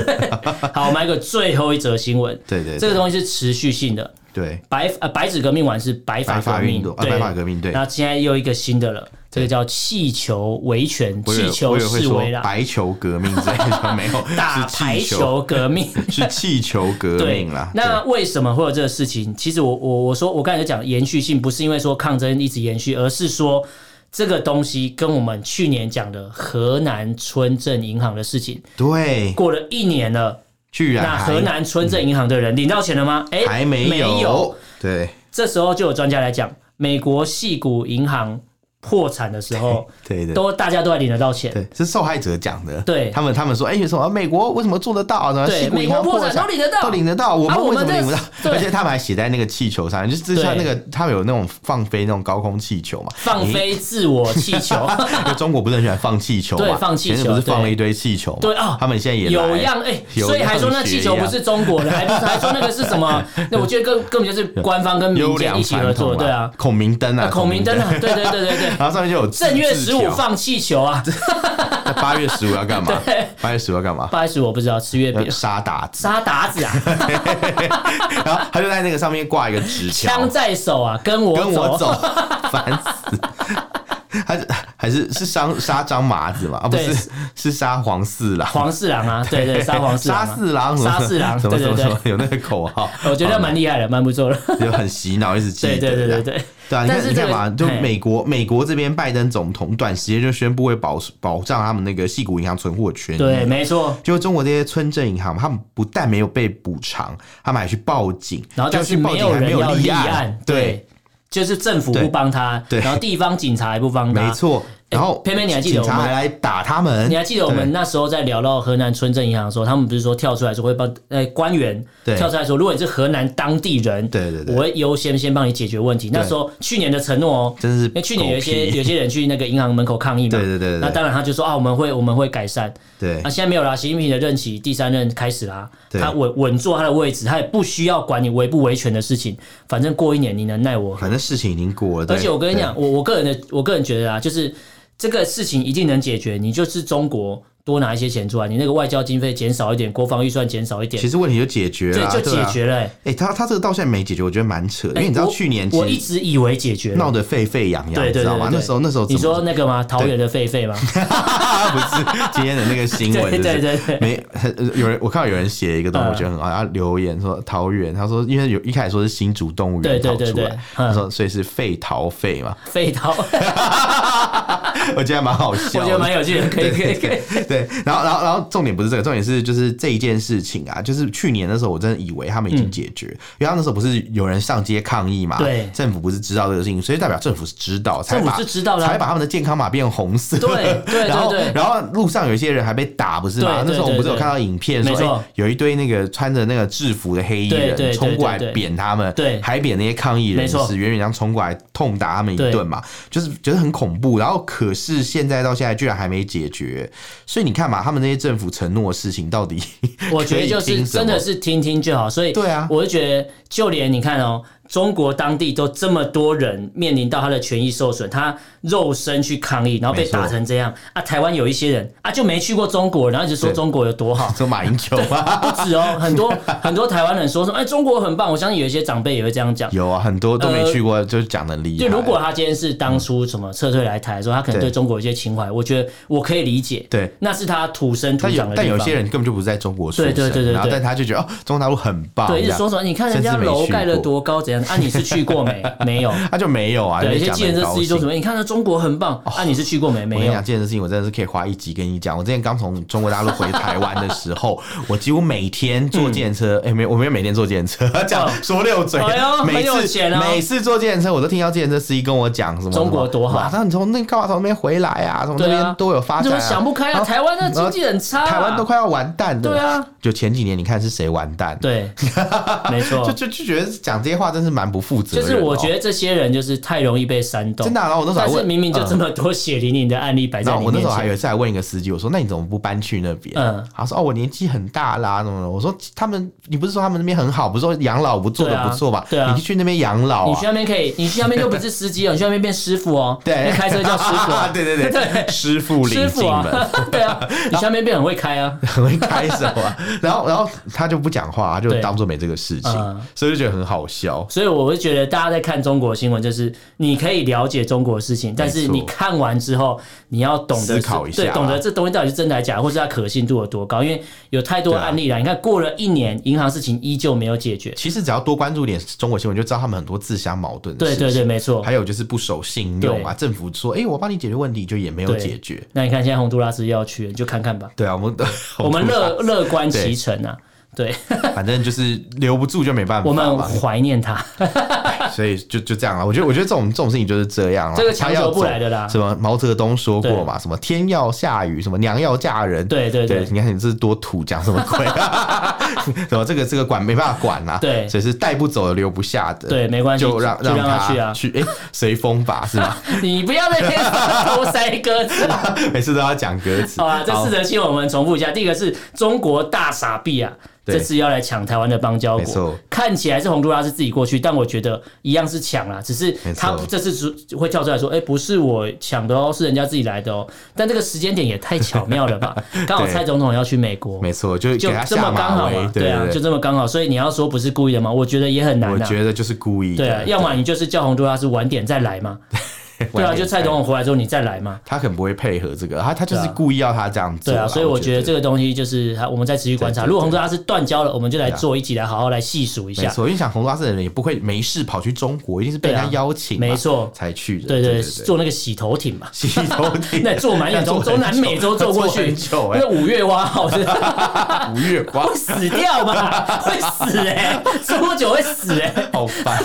Speaker 2: 好，我们来个最后一则新闻。
Speaker 1: 对对对
Speaker 2: 这个东西是持续性的，
Speaker 1: 对，
Speaker 2: 白呃白纸革命完是白发
Speaker 1: 白发
Speaker 2: 革命
Speaker 1: 运动，啊
Speaker 2: 对，
Speaker 1: 白发革命对
Speaker 2: 然后现在又一个新的了，这个叫气球维权、
Speaker 1: 我以为
Speaker 2: 气球
Speaker 1: 我以为会
Speaker 2: 示
Speaker 1: 说
Speaker 2: 威啦，
Speaker 1: 白球革命之类的 没有，
Speaker 2: 打
Speaker 1: 是
Speaker 2: 排
Speaker 1: 气球，
Speaker 2: 球革命。
Speaker 1: 是气球革
Speaker 2: 对
Speaker 1: 命啦，。
Speaker 2: 那为什么会有这个事情？其实我我我说我刚才讲延续性，不是因为说抗争一直延续，而是说这个东西跟我们去年讲的河南村镇银行的事情，
Speaker 1: 对，
Speaker 2: 过了一年了，
Speaker 1: 居然
Speaker 2: 那
Speaker 1: 还
Speaker 2: 河南村镇银行的人领到钱了吗？哎，
Speaker 1: 还没
Speaker 2: 没有，
Speaker 1: 对
Speaker 2: 这时候就有专家来讲，美国系股银行破产的时候，
Speaker 1: 对对。
Speaker 2: 都大家都还领得到钱。
Speaker 1: 对，是受害者讲的。
Speaker 2: 对
Speaker 1: 他们他们说，哎、有什么美国为什么做得到呢？
Speaker 2: 对
Speaker 1: 西谷银行
Speaker 2: 美国破
Speaker 1: 产
Speaker 2: 产都领得到
Speaker 1: 都领得到，我
Speaker 2: 啊
Speaker 1: 们
Speaker 2: 我
Speaker 1: 为什
Speaker 2: 们
Speaker 1: 么领不
Speaker 2: 这
Speaker 1: 到？
Speaker 2: 对
Speaker 1: 而且他们还写在那个气球上，就是像那
Speaker 2: 对
Speaker 1: 个他们有那种放飞那种高空气球嘛，
Speaker 2: 放
Speaker 1: 诶。
Speaker 2: 飞自我气 球，
Speaker 1: 因为中国不是很喜欢放气球嘛？
Speaker 2: 对放气球
Speaker 1: 前阵不是放了
Speaker 2: 对
Speaker 1: 一堆气球嘛？
Speaker 2: 对啊
Speaker 1: 他们现在也来
Speaker 2: 有样哎、
Speaker 1: 有样啊
Speaker 2: 所以还说那气球不是中国 的，还不是还说那个是什么？那我觉得根根本就是官方跟民
Speaker 1: 优
Speaker 2: 间
Speaker 1: 良
Speaker 2: 一起合
Speaker 1: 传统
Speaker 2: 作，对啊，，
Speaker 1: 孔明灯啊，
Speaker 2: 那孔明灯啊，对对对对 对，
Speaker 1: 然后上面就有
Speaker 2: 正月十五
Speaker 1: 字条，
Speaker 2: 放气球啊，
Speaker 1: 那八月十五要 干嘛？八月十五要干嘛？
Speaker 2: 八十我不知道吃月
Speaker 1: 要
Speaker 2: 饼。
Speaker 1: 杀打字，
Speaker 2: 杀达 子啊，
Speaker 1: 然后他就在那个上 面挂一个纸条
Speaker 2: 枪，在手啊，跟我
Speaker 1: 跟我
Speaker 2: 走。
Speaker 1: 走，烦死。他还是还是是杀杀张麻子嘛？啊，不
Speaker 2: 对
Speaker 1: 是，是杀黄四郎。
Speaker 2: 黄四郎啊，对对， 杀黄四
Speaker 1: 杀
Speaker 2: 郎啊，
Speaker 1: 四郎，
Speaker 2: 杀四 郎，
Speaker 1: 什
Speaker 2: 对
Speaker 1: 么什
Speaker 2: 对
Speaker 1: 么什
Speaker 2: 对
Speaker 1: 么，，有那个口号，
Speaker 2: 我觉得蛮厉害的，蛮不错的，
Speaker 1: 就很洗脑，一直记
Speaker 2: 对
Speaker 1: 得。
Speaker 2: 对对
Speaker 1: 这
Speaker 2: 对
Speaker 1: 样
Speaker 2: 对。
Speaker 1: 对啊，你
Speaker 2: 但是
Speaker 1: 看你
Speaker 2: 这
Speaker 1: 看
Speaker 2: 个
Speaker 1: 嘛，就
Speaker 2: 嘿
Speaker 1: 美国美国这边，拜登总统短时间就宣布会保保障他们那个系股银行存货权益。
Speaker 2: 对，没错，
Speaker 1: 就中国这些村镇银行，他们不但没有被补偿，他们还去报警，
Speaker 2: 然后但
Speaker 1: 就是去报
Speaker 2: 没
Speaker 1: 警还
Speaker 2: 人
Speaker 1: 没
Speaker 2: 要
Speaker 1: 立
Speaker 2: 案，
Speaker 1: 对，，
Speaker 2: 就是政府
Speaker 1: 对
Speaker 2: 不帮他，
Speaker 1: 对
Speaker 2: 然后地方警察也不帮他，
Speaker 1: 没错。然后
Speaker 2: 偏哎偏你还记得
Speaker 1: 警察
Speaker 2: 我们
Speaker 1: 还来打他们
Speaker 2: 你，还记得我们那时候在聊到河南村镇银行的时候，他们不是说跳出来说会帮呃官员
Speaker 1: 对
Speaker 2: 跳出来说，如果你是河南当地人，
Speaker 1: 对对对
Speaker 2: 我会优先先帮你解决问题。那时候去年的承诺哦，
Speaker 1: 真是
Speaker 2: 因为去年有一些
Speaker 1: 狗屁
Speaker 2: 有些人去那个银行门口抗议嘛，
Speaker 1: 对对对对对
Speaker 2: 那当然他就说啊，我们会我们会改善。
Speaker 1: 对
Speaker 2: 那、现在没有啦，习近平的任期第三任开始啦，
Speaker 1: 对
Speaker 2: 他稳稳坐他的位置，他也不需要管你维不维权的事情，反正过一年你能奈我何。
Speaker 1: 反正事情已经过了。对
Speaker 2: 而且我跟你，讲，我我个人的，我个人觉得啊，就是这个事情一定能解决。你就是中国多拿一些钱出来，你那个外交经费减少一点，国防预算减少一
Speaker 1: 对
Speaker 2: 点
Speaker 1: 其，实问题就解决
Speaker 2: 对
Speaker 1: 了，，
Speaker 2: 就解
Speaker 1: 对啊。
Speaker 2: 决了、欸。
Speaker 1: 哎，他他这个到现在没解决，我觉得蛮扯，因为你知道
Speaker 2: 欸我
Speaker 1: 去年
Speaker 2: 我一
Speaker 1: 其实
Speaker 2: 直以为解决
Speaker 1: 闹
Speaker 2: 了，
Speaker 1: 得沸沸扬扬，
Speaker 2: 对
Speaker 1: 你
Speaker 2: 对
Speaker 1: 知
Speaker 2: 对
Speaker 1: 道吗
Speaker 2: 对？
Speaker 1: 那时候那时候怎
Speaker 2: 你
Speaker 1: 么
Speaker 2: 说那个吗？桃园的狒狒吗？
Speaker 1: 不 是今天的那个新闻，
Speaker 2: 对
Speaker 1: 就是
Speaker 2: 对对对
Speaker 1: 没呃有人我看到有人写一个东西，
Speaker 2: 嗯
Speaker 1: 我觉得很好，他留言说桃园，他说因为有一开始说是新竹动物
Speaker 2: 对
Speaker 1: 园
Speaker 2: 对
Speaker 1: 跑
Speaker 2: 对
Speaker 1: 出
Speaker 2: 对
Speaker 1: 来，他
Speaker 2: 嗯
Speaker 1: 说所以是废桃废嘛，
Speaker 2: 狒桃，我
Speaker 1: 我觉得还蛮好笑
Speaker 2: 觉得
Speaker 1: 的。
Speaker 2: 蛮有趣的，可以可以可以。
Speaker 1: 对，然后，然后，然后，重点不是这个，重点是就是这一件事情啊，就是去年的时候，我真的以为他们已经解决，因为他那时候不是有人上街抗议嘛，
Speaker 2: 嗯对
Speaker 1: 政府不是知道这个事情，所以代表政府是知道，才
Speaker 2: 政府
Speaker 1: 把
Speaker 2: 是知道的啊
Speaker 1: 才把他们的健康码变红色，
Speaker 2: 对对 对
Speaker 1: 然后
Speaker 2: 对
Speaker 1: 然后路上有一些人还被打，不是吗？
Speaker 2: 对对
Speaker 1: 那时候我们不是有
Speaker 2: 对
Speaker 1: 看到影片说，
Speaker 2: 没错
Speaker 1: 哎有一堆那个穿着那个制服的黑衣人
Speaker 2: 对对对
Speaker 1: 冲过来
Speaker 2: 对对
Speaker 1: 扁他们，
Speaker 2: 对
Speaker 1: 还扁那些抗议人
Speaker 2: 没
Speaker 1: 士
Speaker 2: 错，
Speaker 1: 远远这样冲过来痛打他们一
Speaker 2: 对
Speaker 1: 顿嘛，就是觉得很恐怖。然后可是现在到现在居然还没解决，所以你看嘛，他们那些政府承诺的事情到底
Speaker 2: 我觉
Speaker 1: 可
Speaker 2: 得
Speaker 1: 以
Speaker 2: 就是
Speaker 1: 听什么
Speaker 2: 真 的是听听就好，所以
Speaker 1: 对啊
Speaker 2: 我就觉得就连你看哦，中国当地都这么多人面临到他的权益受损，他肉身去抗议，然后被
Speaker 1: 没错
Speaker 2: 打成这样啊！台湾有一些人啊就没去过中国，然后就说
Speaker 1: 对，
Speaker 2: 中国有多好
Speaker 1: 说马英九 啊，
Speaker 2: 不止哦，很多很多台湾人说说哎中国很棒，我相信有一些长辈也会这样讲。
Speaker 1: 有啊，很多都没去过，就是讲的厉害。
Speaker 2: 就如果他今天是当初什么撤退来台的时候，他可能
Speaker 1: 对
Speaker 2: 对中国有一些情怀，我觉得我可以理解，
Speaker 1: 对。
Speaker 2: 那是他土生土
Speaker 1: 但有
Speaker 2: 长的地
Speaker 1: 但
Speaker 2: 方。
Speaker 1: 有些人根本就不是在中国出
Speaker 2: 对
Speaker 1: 生，
Speaker 2: 对对对
Speaker 1: 然后
Speaker 2: 对
Speaker 1: 但他就觉得哦，中国大陆很棒，
Speaker 2: 对，
Speaker 1: 这
Speaker 2: 一直
Speaker 1: 样
Speaker 2: 说什么？你看人家
Speaker 1: 甚至没
Speaker 2: 楼
Speaker 1: 去
Speaker 2: 盖了
Speaker 1: 过
Speaker 2: 多高，怎样？啊，你是去过 没？没有。
Speaker 1: 他就没有啊。
Speaker 2: 对，有
Speaker 1: 就
Speaker 2: 些
Speaker 1: 讲
Speaker 2: 计
Speaker 1: 得
Speaker 2: 程
Speaker 1: 很
Speaker 2: 车
Speaker 1: 高
Speaker 2: 司机说什
Speaker 1: 兴哦
Speaker 2: 么？你看那中国很棒，啊，你是去过没？
Speaker 1: 我跟
Speaker 2: 没
Speaker 1: 你
Speaker 2: 有
Speaker 1: 讲，。这件事情我真的是可以花一集跟你讲。我之前刚从中国大陆回台湾的时候， 我几乎每天坐电车，哎、没有，我没有每天坐电车， 讲说溜嘴，
Speaker 2: 嗯哎呦
Speaker 1: 每
Speaker 2: 很有
Speaker 1: 次、
Speaker 2: 钱哦
Speaker 1: 每次坐电车，我都听到电车司机跟我讲什么
Speaker 2: 中国多好
Speaker 1: 马上你从那干嘛从那边回来啊，从那
Speaker 2: 对啊
Speaker 1: 边都有发
Speaker 2: 你
Speaker 1: 展、
Speaker 2: 怎么
Speaker 1: 啊，
Speaker 2: 想不开
Speaker 1: 然
Speaker 2: 啊？
Speaker 1: 后
Speaker 2: 台湾的经济很差啊，
Speaker 1: 台湾都快要完蛋了，
Speaker 2: 对啊，
Speaker 1: 就前几年你看是谁完蛋，，
Speaker 2: 对，没错
Speaker 1: 就，就就觉得讲这些话真是蛮不负责
Speaker 2: 就
Speaker 1: 任、哦，
Speaker 2: 是我觉得这些人就是太容易被煽动
Speaker 1: 真。的啊、然后我那时候还
Speaker 2: 但是
Speaker 1: 问
Speaker 2: 明明就
Speaker 1: 嗯
Speaker 2: 这么多血淋淋的案例摆在
Speaker 1: 然后
Speaker 2: 你
Speaker 1: 我那
Speaker 2: 面
Speaker 1: 时候还有
Speaker 2: 前，
Speaker 1: 一次还问一个司机，我说：“那你怎么不搬去那边？”
Speaker 2: 嗯
Speaker 1: 他说：“哦，我年纪很大啦，什么的。”我说：“他们，你不是说他们那边很好，不是说养老不做
Speaker 2: 对啊
Speaker 1: 的不错嘛？
Speaker 2: 对啊
Speaker 1: 你去那边养老
Speaker 2: 你
Speaker 1: 啊
Speaker 2: 去那边可以，你去那边就不是司机哦，你去那边变师傅哦，？”
Speaker 1: 对，
Speaker 2: 那，开车叫师傅啊
Speaker 1: 对 对对，师傅领
Speaker 2: 师
Speaker 1: 进
Speaker 2: 傅啊
Speaker 1: 门，，
Speaker 2: 对啊，你去那边变很会开啊，
Speaker 1: 很会开手啊。 然后，然后他就不讲话，他就
Speaker 2: 对
Speaker 1: 当做没这个事
Speaker 2: 嗯
Speaker 1: 情，所以就觉得很好笑。
Speaker 2: 所以我会觉得大家在看中国新闻，就是你可以了解中国的事情，但是
Speaker 1: 没错
Speaker 2: 你看完之后，你要懂
Speaker 1: 思
Speaker 2: 得
Speaker 1: 考一下
Speaker 2: 对，
Speaker 1: 啦
Speaker 2: 懂得这东西到底是真的还是假的，或是它可信度有多高，因为有太多案例
Speaker 1: 啊
Speaker 2: 了。你看过了一年，银行事情依旧没有解决。
Speaker 1: 其实只要多关注点中国新闻，就知道他们很多自相矛盾的
Speaker 2: 对
Speaker 1: 事情。
Speaker 2: 对对，没错。
Speaker 1: 还有就是不守信用啊，政府说：“哎，我帮你解决问题，就也没有
Speaker 2: 对
Speaker 1: 解决。
Speaker 2: 那你看现在洪都拉斯又要去，你就看看吧。”
Speaker 1: 对 啊，我们
Speaker 2: 我们
Speaker 1: 们
Speaker 2: 乐乐观其成啊，对
Speaker 1: 反正就是留不住就没办法
Speaker 2: 我们
Speaker 1: 嘛，
Speaker 2: 怀念他。
Speaker 1: 所以就就这样了。我觉得，我觉得这种这种事情就是这样了，
Speaker 2: 这个强
Speaker 1: 他要
Speaker 2: 求不
Speaker 1: 走
Speaker 2: 来的啦
Speaker 1: 什么毛泽东说过嘛，什么天要下雨，什么娘要嫁人。
Speaker 2: 对对对
Speaker 1: 对，你看你这是多土，讲什么鬼？ 什么这个这个管没办法管啊，
Speaker 2: 对
Speaker 1: 所以是带不走的，留不下的。
Speaker 2: 对没关系
Speaker 1: 就让
Speaker 2: 就让他
Speaker 1: 他
Speaker 2: 去啊
Speaker 1: 去哎，随风吧，是 吗？
Speaker 2: 你不要在 那边偷塞鸽子。啊
Speaker 1: 每次都要讲歌词。
Speaker 2: 好啊，这
Speaker 1: 好
Speaker 2: 四则新闻我们重复一下。第一个是中国大傻逼啊，
Speaker 1: 对
Speaker 2: 这次要来抢台湾的邦交
Speaker 1: 没错
Speaker 2: 国，看起来是洪都拉斯自己过去，但我觉得一样是抢啦，只是
Speaker 1: 没
Speaker 2: 他
Speaker 1: 错
Speaker 2: 这次只会跳出来说，哎、不是我抢的哦，是人家自己来的哦。但这个时间点也太巧妙 了吧？刚好
Speaker 1: 对
Speaker 2: 蔡总统要去美国，
Speaker 1: 没错，就
Speaker 2: 就
Speaker 1: 给他
Speaker 2: 这么
Speaker 1: 下
Speaker 2: 刚
Speaker 1: 马
Speaker 2: 好
Speaker 1: 威
Speaker 2: 嘛，。
Speaker 1: 对
Speaker 2: 啊，
Speaker 1: 对
Speaker 2: 就这么刚好。所以你要说不是故意的吗？我觉得也很难
Speaker 1: 我
Speaker 2: 啊。
Speaker 1: 觉得就是故意的。
Speaker 2: 对啊，要么你就是叫洪都拉斯晚点再来嘛， 对啊，就蔡总统回来之后你再来嘛。
Speaker 1: 他很不会配合这个，他他就是
Speaker 2: 对啊
Speaker 1: 故意要他这样做
Speaker 2: 对
Speaker 1: 啦。
Speaker 2: 啊，所以我觉得这
Speaker 1: 个
Speaker 2: 个东西就是他我们再持续观察。
Speaker 1: 对对
Speaker 2: 如果洪都拉斯断交了，我们就来
Speaker 1: 对啊
Speaker 2: 做一集来好好来细数一
Speaker 1: 没
Speaker 2: 下。
Speaker 1: 错，因为想洪都拉斯的人也不会没事跑去中国，一定是被人家
Speaker 2: 对啊
Speaker 1: 邀请嘛，
Speaker 2: 没错
Speaker 1: 才去的。
Speaker 2: 对
Speaker 1: 对对，
Speaker 2: 对，做那个洗头艇 嘛。
Speaker 1: 洗头顶
Speaker 2: 那坐满 眼中，
Speaker 1: 做
Speaker 2: 中
Speaker 1: 很
Speaker 2: 南美洲
Speaker 1: 久
Speaker 2: 坐过
Speaker 1: 做
Speaker 2: 去
Speaker 1: 很，久哎
Speaker 2: 那，五月花号是
Speaker 1: 五月光
Speaker 2: 会死掉吧？ 会死哎、欸，多久会死哎、
Speaker 1: 好烦。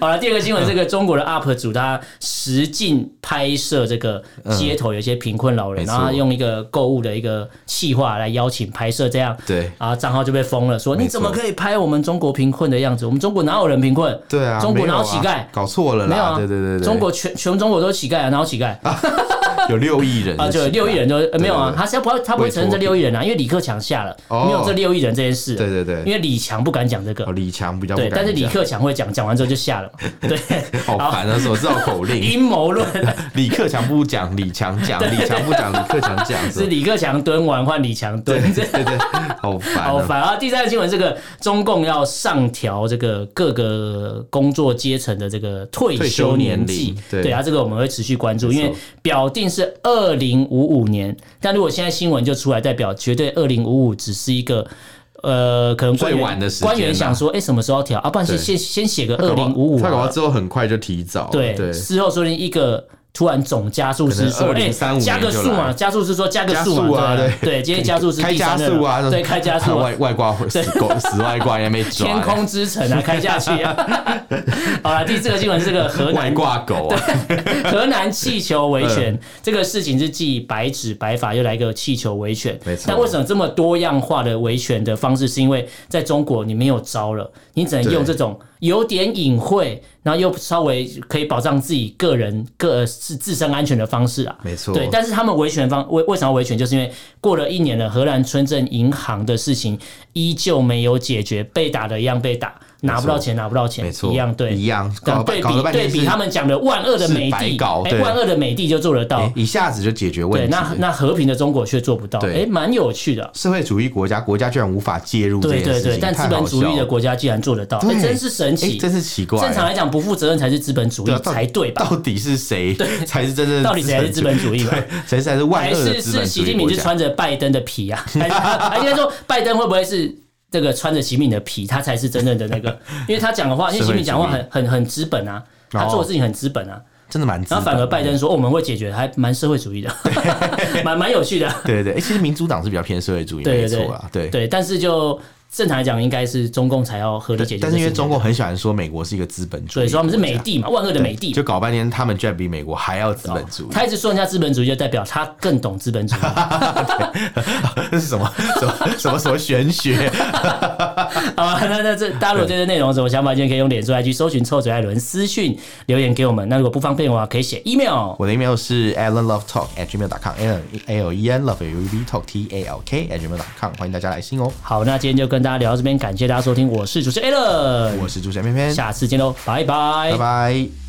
Speaker 2: 好了，第二个新闻，这个中国的 UP 主他实境拍摄这个街头有一些贫困老人，
Speaker 1: 没错
Speaker 2: 然后他用一个购物的一个企划来邀请拍摄，这样
Speaker 1: 对
Speaker 2: 啊账号就被封了，说
Speaker 1: 没错
Speaker 2: 你怎么可以拍我们中国贫困的样子？我们中国哪有人贫困？
Speaker 1: 对啊，
Speaker 2: 中国
Speaker 1: 没
Speaker 2: 哪
Speaker 1: 有
Speaker 2: 有
Speaker 1: 啊
Speaker 2: 乞丐？
Speaker 1: 搞错了
Speaker 2: 没有
Speaker 1: 啦！
Speaker 2: 啊，
Speaker 1: 对对对对，
Speaker 2: 中国全全中国都是乞丐啊，哪有乞丐啊？
Speaker 1: 有六亿人是乞
Speaker 2: 就
Speaker 1: 丐
Speaker 2: 有六亿人都呃没有
Speaker 1: 对
Speaker 2: 啊
Speaker 1: 对，对
Speaker 2: 他是不会他不会承认这六亿人啊，因为李克强下了，
Speaker 1: 哦
Speaker 2: 没有这六亿人这件事，
Speaker 1: 对对对
Speaker 2: 因为李强不敢讲这
Speaker 1: 哦
Speaker 2: 个，
Speaker 1: 李强比较不
Speaker 2: 对，
Speaker 1: 敢
Speaker 2: 但是李
Speaker 1: 讲
Speaker 2: 克强会讲，讲完之后就下了嘛， 对，
Speaker 1: 好
Speaker 2: 好
Speaker 1: 烦啊，什么这种口令？
Speaker 2: 阴谋 论。
Speaker 1: 李克强不讲，李强 讲；李强不讲，李克强讲。
Speaker 2: 是李克强蹲完换李强蹲，这
Speaker 1: 对对，好烦啊，
Speaker 2: 好烦啊！第三个新闻，这个中共要上调这个各个工作阶层的这个退
Speaker 1: 退
Speaker 2: 休
Speaker 1: 休年龄
Speaker 2: 年纪，
Speaker 1: 对
Speaker 2: 啊，这个我们会持续关注，因为
Speaker 1: 错
Speaker 2: 表定是二零五五年，但如果现在新闻就出来，代表绝对二零五五只是一个。呃，可能官
Speaker 1: 最晚
Speaker 2: 员
Speaker 1: 的时间啊
Speaker 2: 官员想说，哎、什么时候要调啊？不然先
Speaker 1: 对
Speaker 2: 先先写个
Speaker 1: 他
Speaker 2: 二
Speaker 1: 搞不好
Speaker 2: 零五五，啊
Speaker 1: 他搞到之后很快就提早了。
Speaker 2: 对，
Speaker 1: 哦对，
Speaker 2: 事后说不定一个突然总加速是说，
Speaker 1: 可能
Speaker 2: 哎、
Speaker 1: 2035
Speaker 2: 加个数
Speaker 1: 年就
Speaker 2: 嘛，
Speaker 1: 来
Speaker 2: 加速是说加个数
Speaker 1: 加速
Speaker 2: 嘛，
Speaker 1: 啊
Speaker 2: 对对，今天加速是
Speaker 1: 开
Speaker 2: 第
Speaker 1: 加
Speaker 2: 三
Speaker 1: 速啊，
Speaker 2: 任
Speaker 1: 那
Speaker 2: 对，开加速、啊
Speaker 1: 外。外挂 死狗死外挂也没抓，
Speaker 2: 天空之城啊，开下去、 啊。好了，第四个新闻是这个河
Speaker 1: 外
Speaker 2: 南
Speaker 1: 挂狗啊，
Speaker 2: 河南气球维
Speaker 1: 嗯
Speaker 2: 权这个事情是继白纸白法又来个气球维权
Speaker 1: 没错，
Speaker 2: 但为什么这么多样化的维权的方式？是因为在中国你没有招了，你只能
Speaker 1: 对
Speaker 2: 用这种有点隐晦，然后又稍微可以保障自己个人个自自身安全的方式啊。
Speaker 1: 没错
Speaker 2: 对，但是他们维权方为为什么要维权？就是因为过了一年了，荷兰村镇银行的事情依旧没有解决，被打的一样被打，拿不到钱，拿不到钱，
Speaker 1: 没错，
Speaker 2: 一样对，
Speaker 1: 一样，搞
Speaker 2: 但
Speaker 1: 了半
Speaker 2: 对
Speaker 1: 搞了
Speaker 2: 比
Speaker 1: 半天
Speaker 2: 对
Speaker 1: 是
Speaker 2: 比他们讲的万恶的美
Speaker 1: 是白
Speaker 2: 帝，
Speaker 1: 搞
Speaker 2: 哎
Speaker 1: 对
Speaker 2: 万恶的美帝就做得到
Speaker 1: 哎，一下子就解决问
Speaker 2: 对，
Speaker 1: 题。
Speaker 2: 那那和平的中国却做不到，
Speaker 1: 对
Speaker 2: 哎，蛮有趣的。
Speaker 1: 社会主义国家，国家居然无法介入这
Speaker 2: 对
Speaker 1: 件
Speaker 2: 对
Speaker 1: 事
Speaker 2: 对，
Speaker 1: 情，
Speaker 2: 但资
Speaker 1: 太
Speaker 2: 本
Speaker 1: 好
Speaker 2: 主
Speaker 1: 笑
Speaker 2: 义的
Speaker 1: 了。
Speaker 2: 国家竟然做得到，哎，
Speaker 1: 对
Speaker 2: 真是神
Speaker 1: 哎，
Speaker 2: 奇。
Speaker 1: 真是奇怪。
Speaker 2: 正常来讲，不负责任才是资本主
Speaker 1: 对
Speaker 2: 义
Speaker 1: 啊到底
Speaker 2: 才对吧？
Speaker 1: 到底是谁才是真正的
Speaker 2: 到底谁才是资本主义吧
Speaker 1: 对，谁才是万
Speaker 2: 还
Speaker 1: 恶的
Speaker 2: 是
Speaker 1: 资
Speaker 2: 是
Speaker 1: 本
Speaker 2: 习
Speaker 1: 主义
Speaker 2: 近平
Speaker 1: 国
Speaker 2: 是
Speaker 1: 家？
Speaker 2: 穿着拜登的皮啊？ 还是还是应该说拜登会不会是这个穿着习近平的皮，他才是真正的那 个？因为他讲的话，因为习近平讲话很很很资本啊，他做的事情很资本啊。
Speaker 1: 真的蛮哦资
Speaker 2: 然
Speaker 1: 本
Speaker 2: 后
Speaker 1: 的，
Speaker 2: 反而拜登说、哦我们会解决，还蛮社会主义的， 蛮蛮有趣的。
Speaker 1: 对对对，哎其实民主党是比较偏社会主义，
Speaker 2: 对
Speaker 1: 没
Speaker 2: 对
Speaker 1: 错啦，对。
Speaker 2: 对，但是就正常来讲，应该是中共才要合理解决这
Speaker 1: 但
Speaker 2: 事情。
Speaker 1: 是因为中共很喜欢说美国是一个资本主义的国
Speaker 2: 对，
Speaker 1: 家，
Speaker 2: 所以他们是美帝嘛，万恶的美帝。
Speaker 1: 就搞半天他们居然比美国还要资本主义，
Speaker 2: 他一直说人家资本主义，就代表他更懂 资本主义。
Speaker 1: 这啊是什么 什么什么什么玄学？
Speaker 2: 好啊，那那这大家如果对这内容有什么想法，今天可以用脸书 IG 搜寻臭嘴艾伦私讯留言给我们。那如果不方便的话，可以写 email。
Speaker 1: 我的 email 是 alanlovetalk at gmail.com，alan a l e n love l u v talk t a l k at gmail.com，欢迎大家来信哦。
Speaker 2: 好，那今天就跟大家聊到这边，感谢大家收听，我是主持人 a l l n
Speaker 1: 我是主持人偏偏，
Speaker 2: 下次见喽，拜拜
Speaker 1: 拜拜。